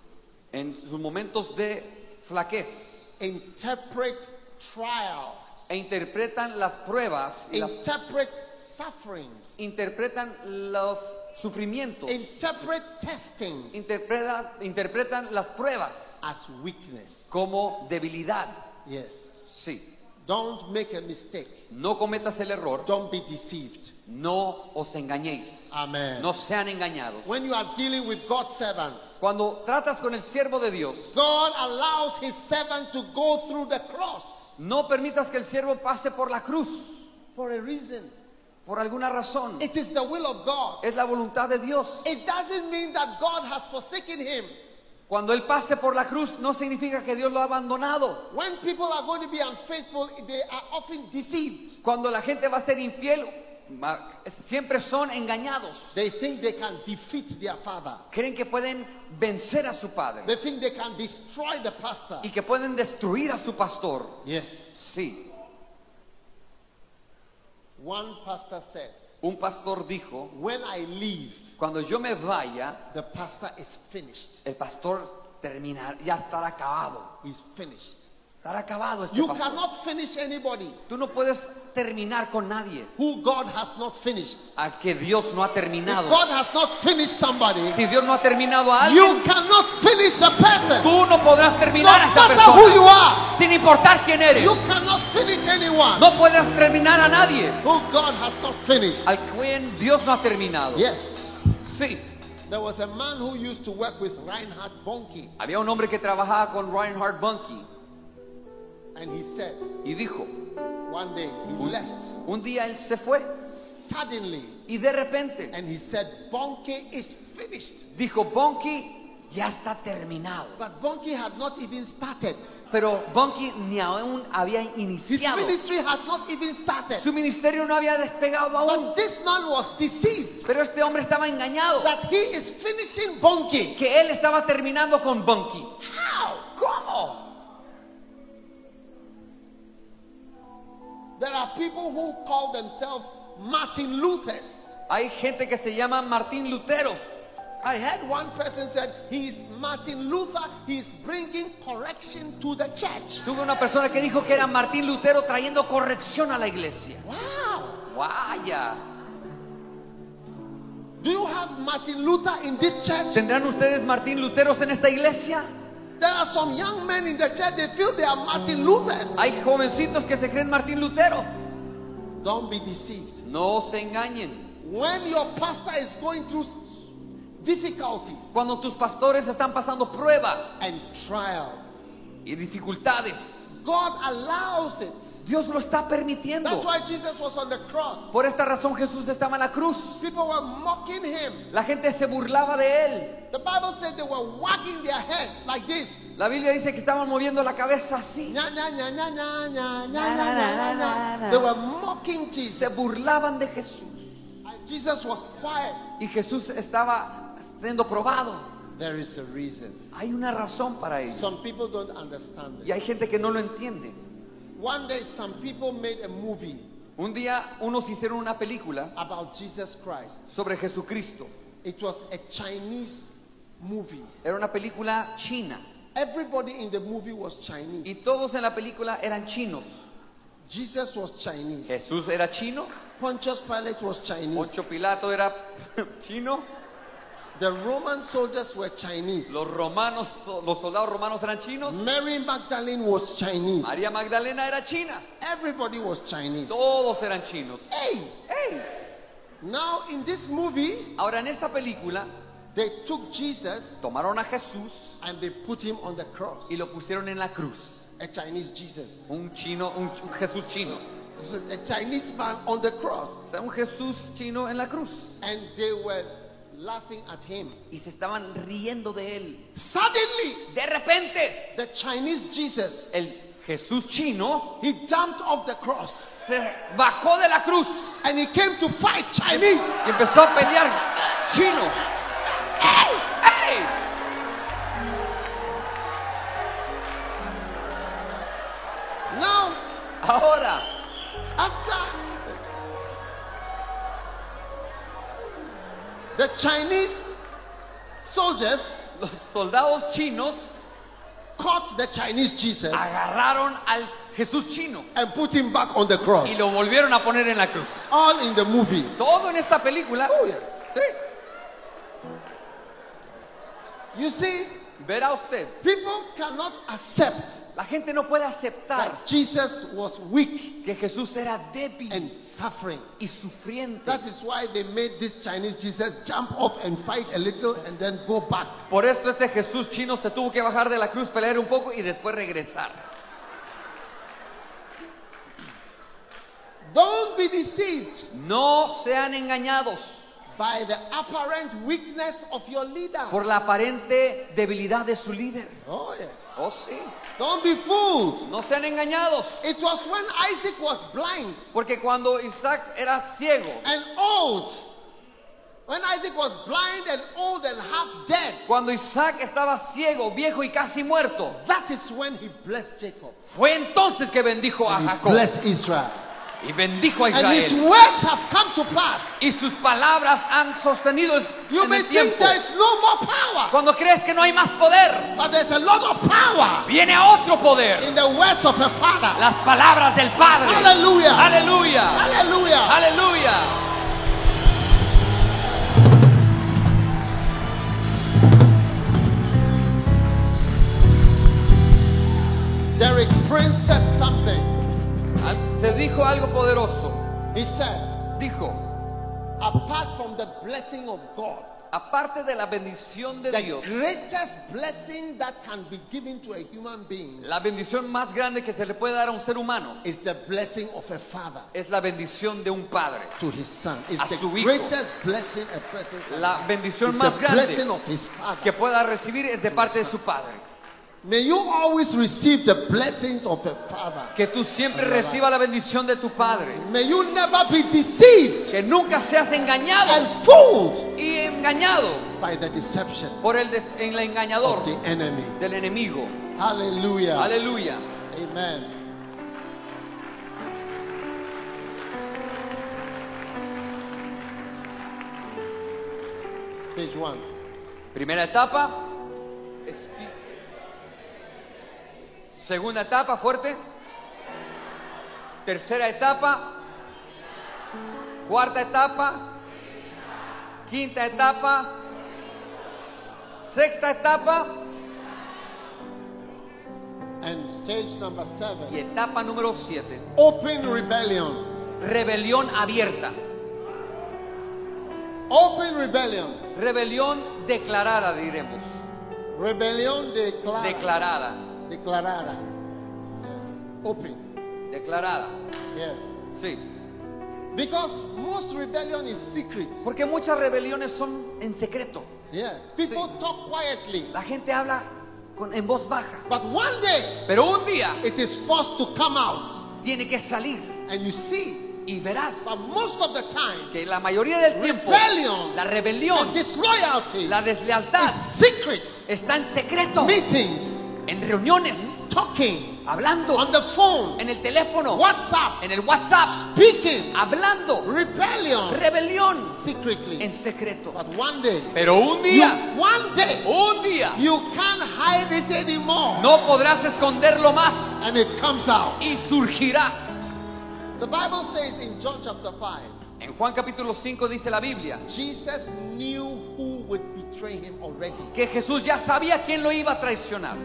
Speaker 3: en sus momentos de flaquez
Speaker 2: interpret trials,
Speaker 3: e interpretan las pruebas, y las-
Speaker 2: interpret sufferings,
Speaker 3: interpretan los sufrimientos,
Speaker 2: interpret testings
Speaker 3: interpretan, interpretan las pruebas
Speaker 2: as weakness.
Speaker 3: como debilidad.
Speaker 2: Yes.
Speaker 3: Sí.
Speaker 2: Don't make a mistake.
Speaker 3: No cometas el error,
Speaker 2: Don't be deceived.
Speaker 3: no os engañéis,
Speaker 2: Amen.
Speaker 3: no sean engañados.
Speaker 2: When you are dealing with God's servants,
Speaker 3: Cuando tratas con el siervo de Dios,
Speaker 2: God allows his servant to go through the cross
Speaker 3: no permitas que el siervo pase por la cruz
Speaker 2: for a reason.
Speaker 3: por alguna razón.
Speaker 2: It is the will of God.
Speaker 3: Es la voluntad de Dios.
Speaker 2: It doesn't mean that God has forsaken him.
Speaker 3: Cuando Él pase por la cruz no significa que Dios lo ha abandonado.
Speaker 2: When people are going to be unfaithful, they are often deceived.
Speaker 3: Cuando la gente va a ser infiel, ma- siempre son engañados.
Speaker 2: They think they can defeat their father.
Speaker 3: Creen que pueden vencer a su padre
Speaker 2: They think they can destroy the pastor.
Speaker 3: y que pueden destruir a su pastor.
Speaker 2: Yes.
Speaker 3: Sí,
Speaker 2: One pastor said,
Speaker 3: un pastor dijo,
Speaker 2: When I leave,
Speaker 3: cuando yo me vaya,
Speaker 2: the pastor is finished.
Speaker 3: el pastor terminará, ya estará acabado.
Speaker 2: He's finished.
Speaker 3: Estará acabado este
Speaker 2: You
Speaker 3: pastor.
Speaker 2: cannot finish anybody
Speaker 3: Tú no puedes terminar con nadie
Speaker 2: who God has not finished.
Speaker 3: al que Dios no ha
Speaker 2: If
Speaker 3: terminado.
Speaker 2: God has not finished somebody,
Speaker 3: Si Dios no ha terminado a alguien,
Speaker 2: you cannot finish the person.
Speaker 3: Tú no podrás
Speaker 2: No
Speaker 3: terminar a esa
Speaker 2: matter who you
Speaker 3: persona
Speaker 2: are,
Speaker 3: sin importar quién eres.
Speaker 2: you cannot finish anyone
Speaker 3: No puedes terminar a nadie
Speaker 2: who God has not finished.
Speaker 3: al quien Dios no ha terminado.
Speaker 2: Yes.
Speaker 3: Sí.
Speaker 2: There was a man who used to work with Reinhard Bonnke,
Speaker 3: Había un hombre que trabajaba con Reinhard Bunke
Speaker 2: and he said
Speaker 3: y dijo,
Speaker 2: one day he
Speaker 3: un,
Speaker 2: left
Speaker 3: un día él se fue
Speaker 2: suddenly,
Speaker 3: y de repente
Speaker 2: and he said Bonnke is finished.
Speaker 3: dijo, Bunke ya está terminado.
Speaker 2: But Bonnke had not even started.
Speaker 3: Pero Bunke ni aún había
Speaker 2: His
Speaker 3: iniciado.
Speaker 2: ministry had not even started.
Speaker 3: Su ministerio no había despegado aún.
Speaker 2: But this man was deceived
Speaker 3: Pero este hombre estaba engañado.
Speaker 2: that he is finishing Bonnke.
Speaker 3: Que él estaba terminando con Bunke.
Speaker 2: How?
Speaker 3: ¿Cómo?
Speaker 2: There are people who call themselves Martin Luther's.
Speaker 3: Hay gente que se llama Martín Lutero.
Speaker 2: I heard one person said he is Martin Luther. He is bringing correction to the church.
Speaker 3: Tuve una persona que dijo que era Martín Lutero trayendo corrección a la iglesia.
Speaker 2: Wow.
Speaker 3: Vaya.
Speaker 2: Do you have Martin Luther in this church?
Speaker 3: ¿Tendrán ustedes Martín Luteros en esta iglesia?
Speaker 2: There are some young men in the church. They feel they are Martin Luther's.
Speaker 3: Hay jovencitos que se creen Martín Lutero.
Speaker 2: Don't be deceived.
Speaker 3: No se engañen.
Speaker 2: When your pastor is going through s- difficulties
Speaker 3: Cuando tus pastores están pasando prueba
Speaker 2: and trials,
Speaker 3: y dificultades,
Speaker 2: God allows it.
Speaker 3: Dios lo está
Speaker 2: That's
Speaker 3: permitiendo.
Speaker 2: why Jesus was on the cross.
Speaker 3: Por esta razón Jesús estaba en la cruz.
Speaker 2: People were mocking him.
Speaker 3: La gente se burlaba de él.
Speaker 2: The Bible said they were wagging their head like this.
Speaker 3: La Biblia dice que estaban moviendo la cabeza así.
Speaker 2: Na, na, na, na, na, na, na, na, na, na, na. They were mocking Jesus.
Speaker 3: Se burlaban de Jesús.
Speaker 2: And Jesus was quiet.
Speaker 3: Y Jesús estaba siendo probado.
Speaker 2: There is a reason.
Speaker 3: Hay una razón para ello.
Speaker 2: Some people don't understand
Speaker 3: Y
Speaker 2: it.
Speaker 3: hay gente que no lo entiende.
Speaker 2: One day, some people made a movie
Speaker 3: Un día unos hicieron una película
Speaker 2: about Jesus Christ.
Speaker 3: sobre Jesucristo.
Speaker 2: It was a Chinese movie.
Speaker 3: Era una película china.
Speaker 2: Everybody in the movie was
Speaker 3: Y
Speaker 2: Chinese.
Speaker 3: todos en la película eran chinos.
Speaker 2: Jesus was Chinese.
Speaker 3: Jesús era chino.
Speaker 2: Pontius Pilate was Chinese.
Speaker 3: Poncho Pilato era chino.
Speaker 2: The Roman soldiers were Chinese.
Speaker 3: Los romanos, los soldados romanos eran chinos.
Speaker 2: Mary Magdalene was Chinese.
Speaker 3: María Magdalena era china.
Speaker 2: Everybody was Chinese.
Speaker 3: Todos eran chinos.
Speaker 2: Hey!
Speaker 3: ¡Ey!
Speaker 2: Now, in this movie,
Speaker 3: Ahora en esta película
Speaker 2: they took Jesus
Speaker 3: tomaron a Jesús
Speaker 2: and they put him on the cross.
Speaker 3: y lo pusieron en la cruz.
Speaker 2: A Chinese Jesus.
Speaker 3: Un chino, un, un Jesús chino.
Speaker 2: This is A Chinese man on the cross.
Speaker 3: O sea, un Jesús chino en la cruz.
Speaker 2: And they were laughing at him.
Speaker 3: Y se estaban riendo de él.
Speaker 2: Suddenly,
Speaker 3: De repente,
Speaker 2: the Chinese Jesus,
Speaker 3: el Jesús chino
Speaker 2: he jumped off the cross
Speaker 3: se bajó de la cruz.
Speaker 2: and he came to fight Chinese.
Speaker 3: Y empezó a pelear chino. ¡Ey!
Speaker 2: Now,
Speaker 3: Ahora,
Speaker 2: after the Chinese soldiers
Speaker 3: los soldados chinos
Speaker 2: caught the Chinese Jesus
Speaker 3: agarraron al Jesús chino
Speaker 2: and put him back on the cross.
Speaker 3: y lo volvieron a poner en la cruz.
Speaker 2: All in the movie.
Speaker 3: Todo en esta película.
Speaker 2: Oh, yes.
Speaker 3: Sí.
Speaker 2: You see,
Speaker 3: Verá usted,
Speaker 2: people cannot accept
Speaker 3: la gente no puede aceptar
Speaker 2: that Jesus was weak
Speaker 3: que Jesús era débil
Speaker 2: and suffering.
Speaker 3: y sufriente.
Speaker 2: That is why they made this Chinese Jesus jump off and fight a little and then go back.
Speaker 3: Por esto este Jesús chino se tuvo que bajar de la cruz, pelear un poco y después regresar.
Speaker 2: Don't be deceived
Speaker 3: No sean engañados
Speaker 2: by the apparent weakness of your leader.
Speaker 3: por la aparente debilidad de su líder.
Speaker 2: Oh, yes.
Speaker 3: Oh, sí.
Speaker 2: Don't be fooled.
Speaker 3: No sean engañados,
Speaker 2: It was when Isaac was blind
Speaker 3: porque cuando Isaac era ciego,
Speaker 2: and old, when Isaac was blind and old and half dead,
Speaker 3: cuando Isaac estaba ciego, viejo y casi muerto,
Speaker 2: that is when he blessed Jacob.
Speaker 3: fue entonces que bendijo a
Speaker 2: He
Speaker 3: Jacob
Speaker 2: blessed Israel.
Speaker 3: y bendijo a
Speaker 2: And his
Speaker 3: Israel.
Speaker 2: words have come to pass.
Speaker 3: Y sus palabras han sostenido
Speaker 2: You
Speaker 3: en
Speaker 2: may
Speaker 3: el
Speaker 2: think
Speaker 3: tiempo.
Speaker 2: there is no more power,
Speaker 3: Cuando crees que no hay más poder,
Speaker 2: but there's a lot of power
Speaker 3: viene otro poder.
Speaker 2: in the words of a father.
Speaker 3: Las palabras del Padre.
Speaker 2: Aleluya.
Speaker 3: Aleluya.
Speaker 2: Hallelujah.
Speaker 3: Aleluya.
Speaker 2: Derek Prince said something.
Speaker 3: Al- Se dijo algo poderoso.
Speaker 2: He said,
Speaker 3: Dijo,
Speaker 2: apart from the blessing of God,
Speaker 3: aparte de la bendición de
Speaker 2: the
Speaker 3: Dios,
Speaker 2: greatest blessing that can be given to a human being
Speaker 3: La bendición más grande que se le puede dar a un ser humano
Speaker 2: is the blessing of a father
Speaker 3: es la bendición de un padre.
Speaker 2: to his son.
Speaker 3: A
Speaker 2: It's
Speaker 3: su
Speaker 2: the
Speaker 3: hijo.
Speaker 2: greatest blessing a person can
Speaker 3: La
Speaker 2: have.
Speaker 3: bendición
Speaker 2: It's
Speaker 3: más
Speaker 2: the
Speaker 3: grande.
Speaker 2: blessing of his father.
Speaker 3: Que pueda recibir es de parte de su padre.
Speaker 2: May you always receive the blessings of a father.
Speaker 3: Que tú siempre reciba la bendición de tu padre.
Speaker 2: May you never be deceived
Speaker 3: Que nunca seas
Speaker 2: and
Speaker 3: engañado
Speaker 2: fooled
Speaker 3: y engañado
Speaker 2: by the deception
Speaker 3: por el, des- el
Speaker 2: of
Speaker 3: engañador
Speaker 2: the enemy.
Speaker 3: del enemigo.
Speaker 2: Hallelujah.
Speaker 3: Aleluya.
Speaker 2: Amen. Stage one.
Speaker 3: Primera etapa. espi- Segunda etapa, fuerte. Tercera etapa. Cuarta etapa. Quinta etapa. Sexta etapa.
Speaker 2: And stage number
Speaker 3: Y
Speaker 2: seven.
Speaker 3: etapa número 7.
Speaker 2: Open rebellion.
Speaker 3: Rebelión abierta.
Speaker 2: Open rebellion.
Speaker 3: Rebelión declarada, diremos.
Speaker 2: Rebellion declara.
Speaker 3: Declarada.
Speaker 2: declarada. Yes. Open.
Speaker 3: Declarada.
Speaker 2: Yes.
Speaker 3: Sí.
Speaker 2: Because most rebellion is secret.
Speaker 3: Porque muchas rebeliones son en secreto.
Speaker 2: Yes. People talk quietly.
Speaker 3: La gente habla con- en voz baja.
Speaker 2: But one day
Speaker 3: Pero un día
Speaker 2: it is forced to come out
Speaker 3: tiene que salir
Speaker 2: and you see
Speaker 3: Y verás
Speaker 2: But most of the time,
Speaker 3: que la mayoría del tiempo,
Speaker 2: Rebellion.
Speaker 3: la
Speaker 2: the
Speaker 3: rebelión,
Speaker 2: disloyalty
Speaker 3: la deslealtad
Speaker 2: is secret.
Speaker 3: está en secreto,
Speaker 2: Meetings,
Speaker 3: en reuniones,
Speaker 2: talking,
Speaker 3: hablando,
Speaker 2: on the phone,
Speaker 3: en el teléfono,
Speaker 2: WhatsApp,
Speaker 3: en el WhatsApp,
Speaker 2: speaking,
Speaker 3: hablando,
Speaker 2: rebellion,
Speaker 3: rebelión,
Speaker 2: secretly.
Speaker 3: en secreto.
Speaker 2: But one day,
Speaker 3: Pero un día,
Speaker 2: one day,
Speaker 3: un día,
Speaker 2: you can't hide it anymore.
Speaker 3: no podrás esconderlo más
Speaker 2: And it comes out.
Speaker 3: y surgirá.
Speaker 2: The Bible says in John chapter 5,
Speaker 3: En Juan capítulo 5 dice la Biblia
Speaker 2: Jesus knew who would betray him already.
Speaker 3: que Jesús ya sabía quién lo iba a traicionar.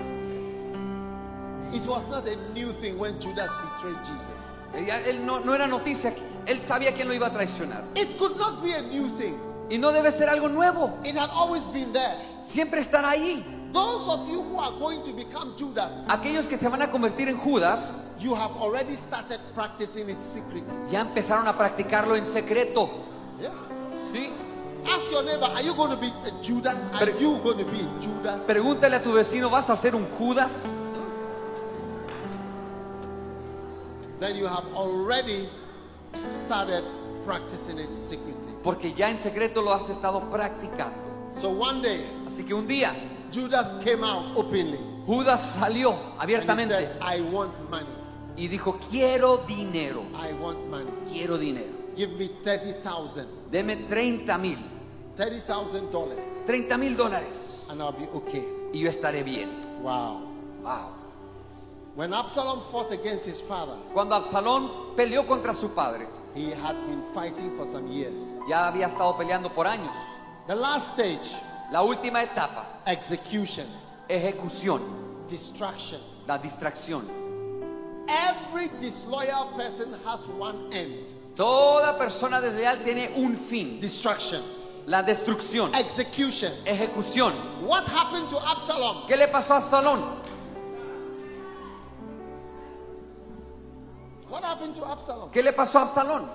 Speaker 2: It was not a new thing when Judas betrayed Jesus.
Speaker 3: Ella- Él no, no era noticia, él sabía quién lo iba a traicionar.
Speaker 2: It could not be a new thing.
Speaker 3: Y no debe ser algo nuevo,
Speaker 2: It had always been there.
Speaker 3: siempre estará ahí.
Speaker 2: Those of you who are going to become Judas,
Speaker 3: Aquellos que se van a convertir en Judas
Speaker 2: you have already started practicing it secretly.
Speaker 3: ya empezaron a practicarlo en secreto.
Speaker 2: Yes.
Speaker 3: ¿Sí?
Speaker 2: Ask your neighbor, are you going to be a Judas? Are
Speaker 3: Pero-
Speaker 2: you going to be a Judas?
Speaker 3: Pregúntale a tu vecino, ¿vas a ser un Judas?
Speaker 2: then you have already started practicing it secretly.
Speaker 3: Porque ya en secreto lo has estado practicando.
Speaker 2: So one day,
Speaker 3: Así que un día
Speaker 2: Judas came out openly
Speaker 3: Judas salió
Speaker 2: and he said,
Speaker 3: abiertamente
Speaker 2: I want money.
Speaker 3: y dijo, quiero dinero,
Speaker 2: I want money.
Speaker 3: quiero dinero.
Speaker 2: Give me 30,000.
Speaker 3: Deme 30 mil,
Speaker 2: $30,000
Speaker 3: 30 mil dólares
Speaker 2: and I'll be okay.
Speaker 3: y yo estaré bien.
Speaker 2: Wow.
Speaker 3: Wow.
Speaker 2: When Absalom fought against his father,
Speaker 3: Cuando Absalón peleó contra su padre,
Speaker 2: he had been fighting for some years.
Speaker 3: ya había estado peleando por años.
Speaker 2: The last stage
Speaker 3: La última etapa,
Speaker 2: execution,
Speaker 3: ejecución,
Speaker 2: distraction.
Speaker 3: la distracción.
Speaker 2: Every disloyal person has one end
Speaker 3: Toda persona desleal tiene un fin,
Speaker 2: distraction,
Speaker 3: la destrucción,
Speaker 2: execution.
Speaker 3: ejecución.
Speaker 2: What happened to Absalom?
Speaker 3: ¿Qué le pasó a Absalón?
Speaker 2: What happened to Absalom?
Speaker 3: ¿Qué le pasó a Absalón?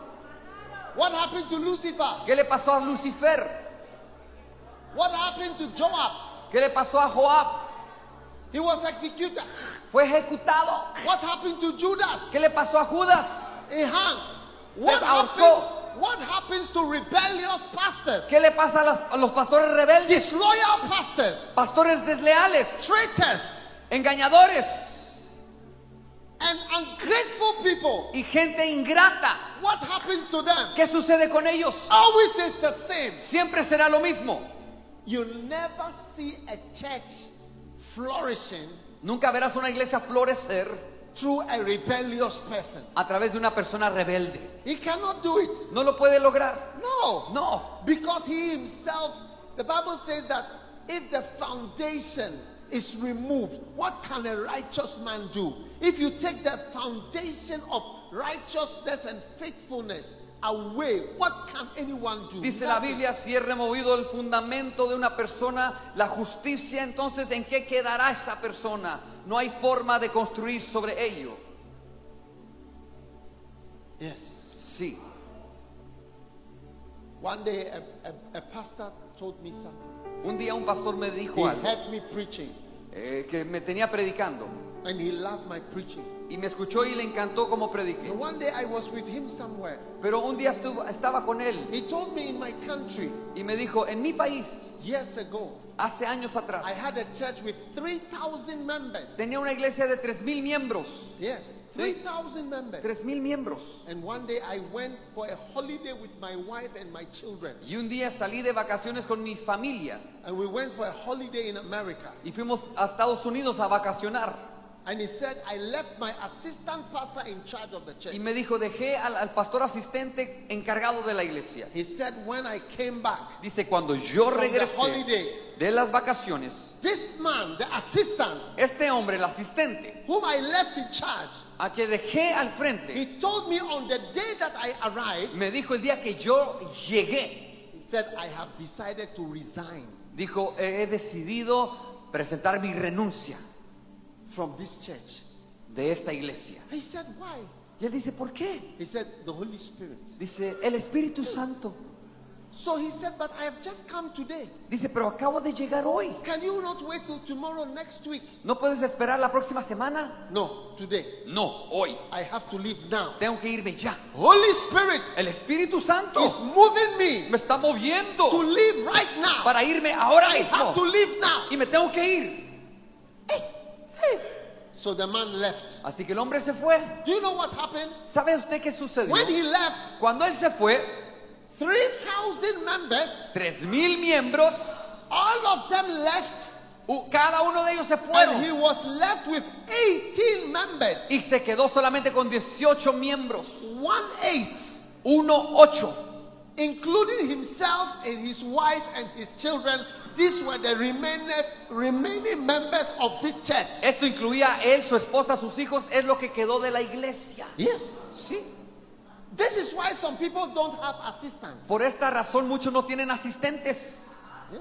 Speaker 2: What happened to Lucifer?
Speaker 3: ¿Qué le pasó a Lucifer?
Speaker 2: What happened to Joab?
Speaker 3: ¿Qué le pasó a Joab?
Speaker 2: He was executed.
Speaker 3: Fue ejecutado.
Speaker 2: What happened to Judas?
Speaker 3: ¿Qué le pasó a Judas?
Speaker 2: He hung. What
Speaker 3: ahorcó.
Speaker 2: happens, what happens to rebellious pastors?
Speaker 3: ¿Qué le pasa a, las- a los pastores rebeldes?
Speaker 2: Disloyal pastors,
Speaker 3: Pastores desleales,
Speaker 2: traitors,
Speaker 3: engañadores
Speaker 2: and ungrateful people.
Speaker 3: y gente ingrata.
Speaker 2: What happens to them?
Speaker 3: ¿Qué sucede con ellos?
Speaker 2: Always is the same.
Speaker 3: Siempre será lo mismo.
Speaker 2: You never see a church flourishing
Speaker 3: Nunca verás una iglesia florecer
Speaker 2: through a rebellious person.
Speaker 3: a través de una persona rebelde.
Speaker 2: He cannot do it.
Speaker 3: No lo puede lograr.
Speaker 2: No.
Speaker 3: No.
Speaker 2: Because he himself, the Bible says that if the foundation is removed, what can a righteous man do? If you take the foundation of righteousness and faithfulness away, what can anyone do?
Speaker 3: Dice la Biblia, si es removido el fundamento de una persona, la justicia, entonces ¿en qué quedará esa persona? No hay forma de construir sobre ello.
Speaker 2: Yes.
Speaker 3: Sí.
Speaker 2: One day a, a, a pastor told me something.
Speaker 3: Un día un pastor me
Speaker 2: He
Speaker 3: dijo algo,
Speaker 2: heard me preaching
Speaker 3: eh, que me tenía predicando
Speaker 2: and he loved my preaching.
Speaker 3: y me escuchó y le encantó cómo prediqué.
Speaker 2: And one day I was with him somewhere.
Speaker 3: Pero un día estuvo- estaba con él
Speaker 2: He told me in my country
Speaker 3: y me dijo, en mi país,
Speaker 2: years ago,
Speaker 3: hace años atrás,
Speaker 2: I had a church with 3,000 members.
Speaker 3: Tenía una iglesia de 3.000 miembros.
Speaker 2: Yes,
Speaker 3: Sí.
Speaker 2: 3,000 members.
Speaker 3: 3.000 miembros.
Speaker 2: And one day I went for a holiday with my wife and my children.
Speaker 3: Y un día salí de vacaciones con mi familia
Speaker 2: And we went for a holiday in America.
Speaker 3: y fuimos a Estados Unidos a vacacionar.
Speaker 2: And he said, I left my assistant pastor in charge of the church.
Speaker 3: Y me dijo, dejé al, al pastor asistente encargado de la iglesia.
Speaker 2: He said, when I came back
Speaker 3: Dice, cuando yo
Speaker 2: from the
Speaker 3: regresé
Speaker 2: holiday,
Speaker 3: de las vacaciones,
Speaker 2: this man, the assistant,
Speaker 3: este hombre, el asistente,
Speaker 2: whom I left in charge,
Speaker 3: a que dejé al frente,
Speaker 2: he told me on the day that I arrived,
Speaker 3: me dijo el día que yo llegué,
Speaker 2: he said, I have decided to resign
Speaker 3: dijo, he decidido presentar mi renuncia
Speaker 2: from this church.
Speaker 3: de esta iglesia.
Speaker 2: I said, why?
Speaker 3: Y él dice, ¿por qué?
Speaker 2: He said, the Holy Spirit.
Speaker 3: Dice, el Espíritu Santo
Speaker 2: So he said, But I have just come today.
Speaker 3: Dice, pero acabo de llegar hoy.
Speaker 2: Can you not wait till tomorrow, next week?
Speaker 3: ¿No puedes esperar la próxima semana?
Speaker 2: No, today.
Speaker 3: No, hoy.
Speaker 2: I have to leave now.
Speaker 3: Tengo que irme ya.
Speaker 2: Holy Spirit
Speaker 3: El Espíritu
Speaker 2: is
Speaker 3: Santo
Speaker 2: moving me
Speaker 3: me está moviendo
Speaker 2: to leave right now.
Speaker 3: para irme ahora
Speaker 2: I have to
Speaker 3: mismo.
Speaker 2: leave now.
Speaker 3: Y me tengo que ir.
Speaker 2: So the man left.
Speaker 3: Así que el hombre se fue.
Speaker 2: Do you know what happened?
Speaker 3: ¿Sabe usted qué sucedió?
Speaker 2: When he left,
Speaker 3: Cuando él se fue,
Speaker 2: 3,000 members,
Speaker 3: tres mil miembros,
Speaker 2: all of them left,
Speaker 3: u- cada uno de ellos se fueron.
Speaker 2: and he was left with 18 members.
Speaker 3: Y se quedó solamente con 18 miembros.
Speaker 2: One eight,
Speaker 3: Uno, ocho.
Speaker 2: including himself and his wife and his children. These were the remaining, remaining members of this church.
Speaker 3: Esto incluía a él, su esposa, sus hijos. Es lo que quedó de la iglesia.
Speaker 2: Yes.
Speaker 3: Sí.
Speaker 2: This is why some people don't have assistants.
Speaker 3: Por esta razón muchos no tienen asistentes.
Speaker 2: Yes.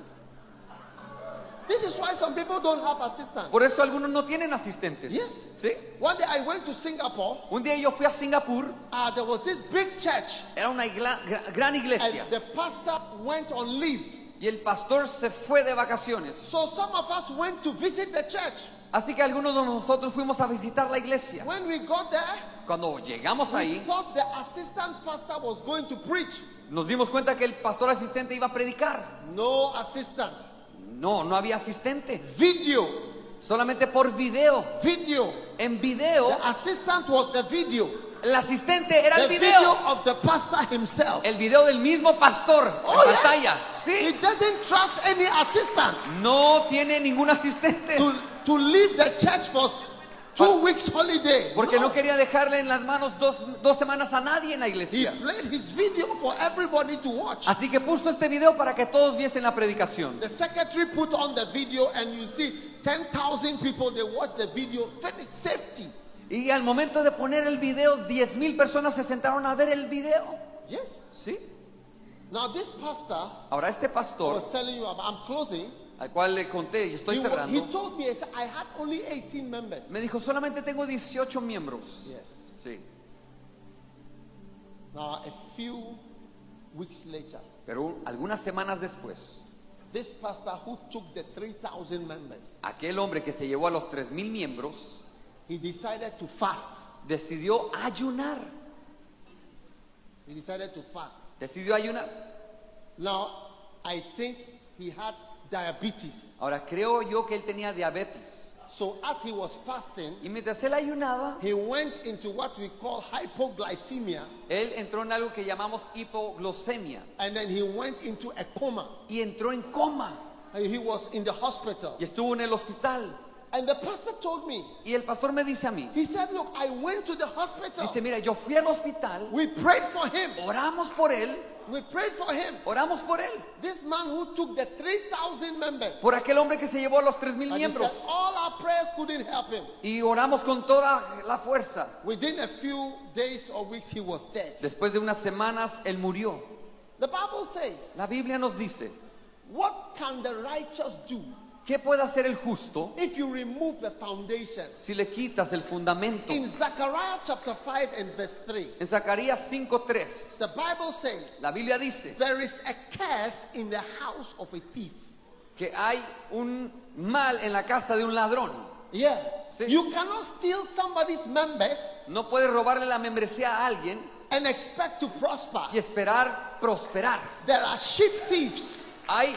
Speaker 2: This is why some people don't have assistants.
Speaker 3: Por eso algunos no tienen asistentes.
Speaker 2: Yes.
Speaker 3: Sí.
Speaker 2: One day I went to Singapore.
Speaker 3: Un día yo fui a Singapur.
Speaker 2: Uh, there was this big church,
Speaker 3: Era una igla- gra- gran iglesia.
Speaker 2: and the pastor went on leave.
Speaker 3: Y el pastor se fue de vacaciones.
Speaker 2: So some of us went to visit the church.
Speaker 3: Así que algunos de nosotros fuimos a visitar la iglesia.
Speaker 2: When we got there,
Speaker 3: Cuando llegamos
Speaker 2: we
Speaker 3: ahí,
Speaker 2: thought the assistant pastor was going to preach.
Speaker 3: nos dimos cuenta que el pastor asistente iba a predicar.
Speaker 2: No assistant.
Speaker 3: No, no había asistente.
Speaker 2: Video.
Speaker 3: Solamente por video.
Speaker 2: Video.
Speaker 3: En video,
Speaker 2: The assistant was the video.
Speaker 3: el asistente Oh. era
Speaker 2: The
Speaker 3: el
Speaker 2: video
Speaker 3: video.
Speaker 2: of the pastor himself.
Speaker 3: El video del mismo pastor
Speaker 2: Oh,
Speaker 3: en
Speaker 2: yes.
Speaker 3: pantalla.
Speaker 2: He
Speaker 3: Sí.
Speaker 2: doesn't trust any assistant
Speaker 3: No tiene ningún asistente.
Speaker 2: to, to leave the church for two weeks holiday.
Speaker 3: Porque
Speaker 2: No.
Speaker 3: no quería dejarle en las manos dos, dos semanas a nadie en la
Speaker 2: He
Speaker 3: iglesia.
Speaker 2: played his video for everybody to watch.
Speaker 3: Así que puso este video para que todos viesen la predicación.
Speaker 2: The secretary put on the video, and you see 10,000 people. They watch the video. Finish safety.
Speaker 3: Y al momento de poner el video, 10.000 personas se sentaron a ver el video.
Speaker 2: Yes.
Speaker 3: ¿Sí?
Speaker 2: Now this pastor
Speaker 3: Ahora este pastor,
Speaker 2: was telling you. about- I'm closing.
Speaker 3: al cual le conté y estoy
Speaker 2: He, wa- he
Speaker 3: cerrando,
Speaker 2: told me he said, I had only 18 members.
Speaker 3: me dijo, solamente tengo 18 miembros.
Speaker 2: Yes.
Speaker 3: Sí.
Speaker 2: Now a few weeks later,
Speaker 3: Pero algunas semanas después,
Speaker 2: this pastor who took the 3,000 members,
Speaker 3: aquel hombre que se llevó a los 3.000 miembros
Speaker 2: he decided to fast.
Speaker 3: decidió ayunar.
Speaker 2: He decided to fast.
Speaker 3: Decidió ayunar.
Speaker 2: Now I think he had diabetes.
Speaker 3: Ahora creo yo que él tenía diabetes.
Speaker 2: So as he was fasting,
Speaker 3: Y mientras él ayunaba,
Speaker 2: he went into what we call hypoglycemia.
Speaker 3: él entró en algo que llamamos hipoglucemia
Speaker 2: And then he went into a coma.
Speaker 3: y entró en coma
Speaker 2: And he was in the hospital.
Speaker 3: y estuvo en el hospital.
Speaker 2: And the pastor told me,
Speaker 3: Y el pastor me dice a mí,
Speaker 2: he said, Look, I went to the hospital.
Speaker 3: dice, mira, yo fui al hospital,
Speaker 2: We prayed for him.
Speaker 3: oramos por él,
Speaker 2: We prayed for him.
Speaker 3: oramos por él,
Speaker 2: This man who took the 3,000 members.
Speaker 3: por aquel hombre que se llevó a los 3.000
Speaker 2: And he said,
Speaker 3: miembros.
Speaker 2: All our prayers couldn't help him.
Speaker 3: Y oramos con toda la fuerza.
Speaker 2: Within a few days or weeks, he was dead.
Speaker 3: Después de unas semanas, él murió.
Speaker 2: The Bible says,
Speaker 3: La Biblia nos dice,
Speaker 2: What can the righteous do
Speaker 3: ¿qué puede hacer el justo
Speaker 2: if you remove the foundations?
Speaker 3: si le quitas el fundamento?
Speaker 2: In Zechariah chapter 5 and verse 3,
Speaker 3: En Zacarías 5.3,
Speaker 2: the Bible says,
Speaker 3: la Biblia dice,
Speaker 2: There is a curse in the house of a thief.
Speaker 3: que hay un mal en la casa de un ladrón.
Speaker 2: Yeah.
Speaker 3: Sí.
Speaker 2: You cannot steal somebody's members
Speaker 3: No puedes robarle la membresía a alguien
Speaker 2: and expect to prosper.
Speaker 3: y esperar prosperar.
Speaker 2: There are sheep thieves.
Speaker 3: Hay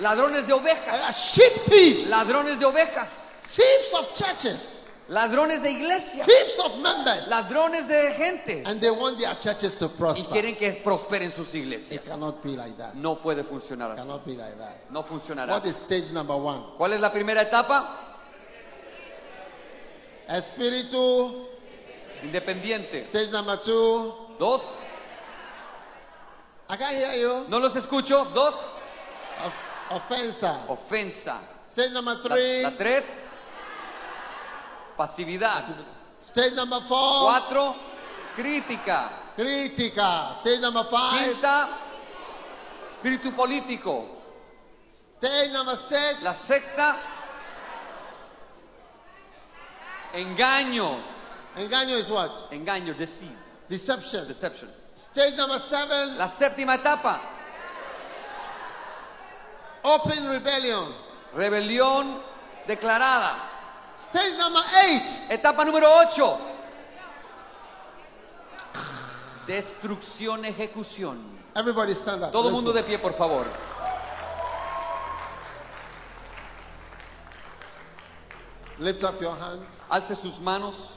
Speaker 3: ladrones de
Speaker 2: There
Speaker 3: ovejas,
Speaker 2: are sheep thieves.
Speaker 3: ladrones de ovejas,
Speaker 2: Thieves of churches.
Speaker 3: ladrones de iglesias,
Speaker 2: Thieves of members.
Speaker 3: ladrones de gente.
Speaker 2: And they want their churches to
Speaker 3: Y
Speaker 2: prosper.
Speaker 3: quieren que prosperen sus
Speaker 2: It
Speaker 3: iglesias.
Speaker 2: cannot be like that.
Speaker 3: No puede funcionar así.
Speaker 2: cannot be like that.
Speaker 3: No funcionará.
Speaker 2: What is stage number one?
Speaker 3: ¿Cuál es la primera etapa?
Speaker 2: Espiritu.
Speaker 3: Independiente.
Speaker 2: Stage number two.
Speaker 3: Dos.
Speaker 2: I can't hear you.
Speaker 3: No los escucho. Dos.
Speaker 2: Of- offensa.
Speaker 3: Ofensa.
Speaker 2: Stage number
Speaker 3: La,
Speaker 2: three.
Speaker 3: la tres. Pasividad.
Speaker 2: Stage number four.
Speaker 3: Cuatro. Crítica.
Speaker 2: Crítica. Stage number five.
Speaker 3: Quinta. Espíritu político.
Speaker 2: Stage number six.
Speaker 3: La sexta. Engaño.
Speaker 2: Engaño is what?
Speaker 3: Engaño. Deceive.
Speaker 2: Deception.
Speaker 3: Deception.
Speaker 2: Stage number seven.
Speaker 3: La séptima etapa.
Speaker 2: Open rebellion.
Speaker 3: Rebelión declarada.
Speaker 2: Stage number eight.
Speaker 3: Etapa número 8. Destrucción, ejecución.
Speaker 2: Everybody stand up.
Speaker 3: Todo el
Speaker 2: Let's
Speaker 3: mundo
Speaker 2: go.
Speaker 3: de pie, por favor.
Speaker 2: Lift up your hands.
Speaker 3: Alce sus manos.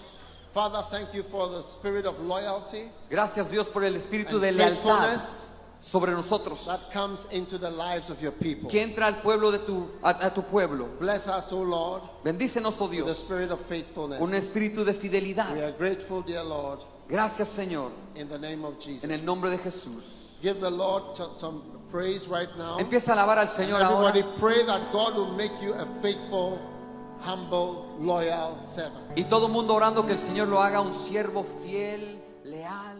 Speaker 2: Father, thank you for the spirit of loyalty
Speaker 3: Gracias Dios por el espíritu
Speaker 2: And
Speaker 3: de lealtad
Speaker 2: faithfulness.
Speaker 3: sobre nosotros.
Speaker 2: that comes into the lives of your people.
Speaker 3: Que entra al pueblo de tu, a, a tu pueblo.
Speaker 2: Bless us, O Lord,
Speaker 3: Bendícenos, oh
Speaker 2: with the
Speaker 3: Dios,
Speaker 2: spirit of
Speaker 3: un
Speaker 2: faithfulness.
Speaker 3: espíritu de
Speaker 2: We
Speaker 3: fidelidad.
Speaker 2: are grateful, dear Lord,
Speaker 3: Gracias, Señor,
Speaker 2: in the name of
Speaker 3: en el
Speaker 2: Jesus.
Speaker 3: nombre de Jesús.
Speaker 2: Give the Lord t- some praise right now.
Speaker 3: Empieza a alabar al Señor ahora
Speaker 2: Everybody pray that God will make you a faithful, humble, loyal servant.
Speaker 3: y todo el mundo orando que el Señor lo haga un siervo fiel, leal.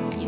Speaker 1: y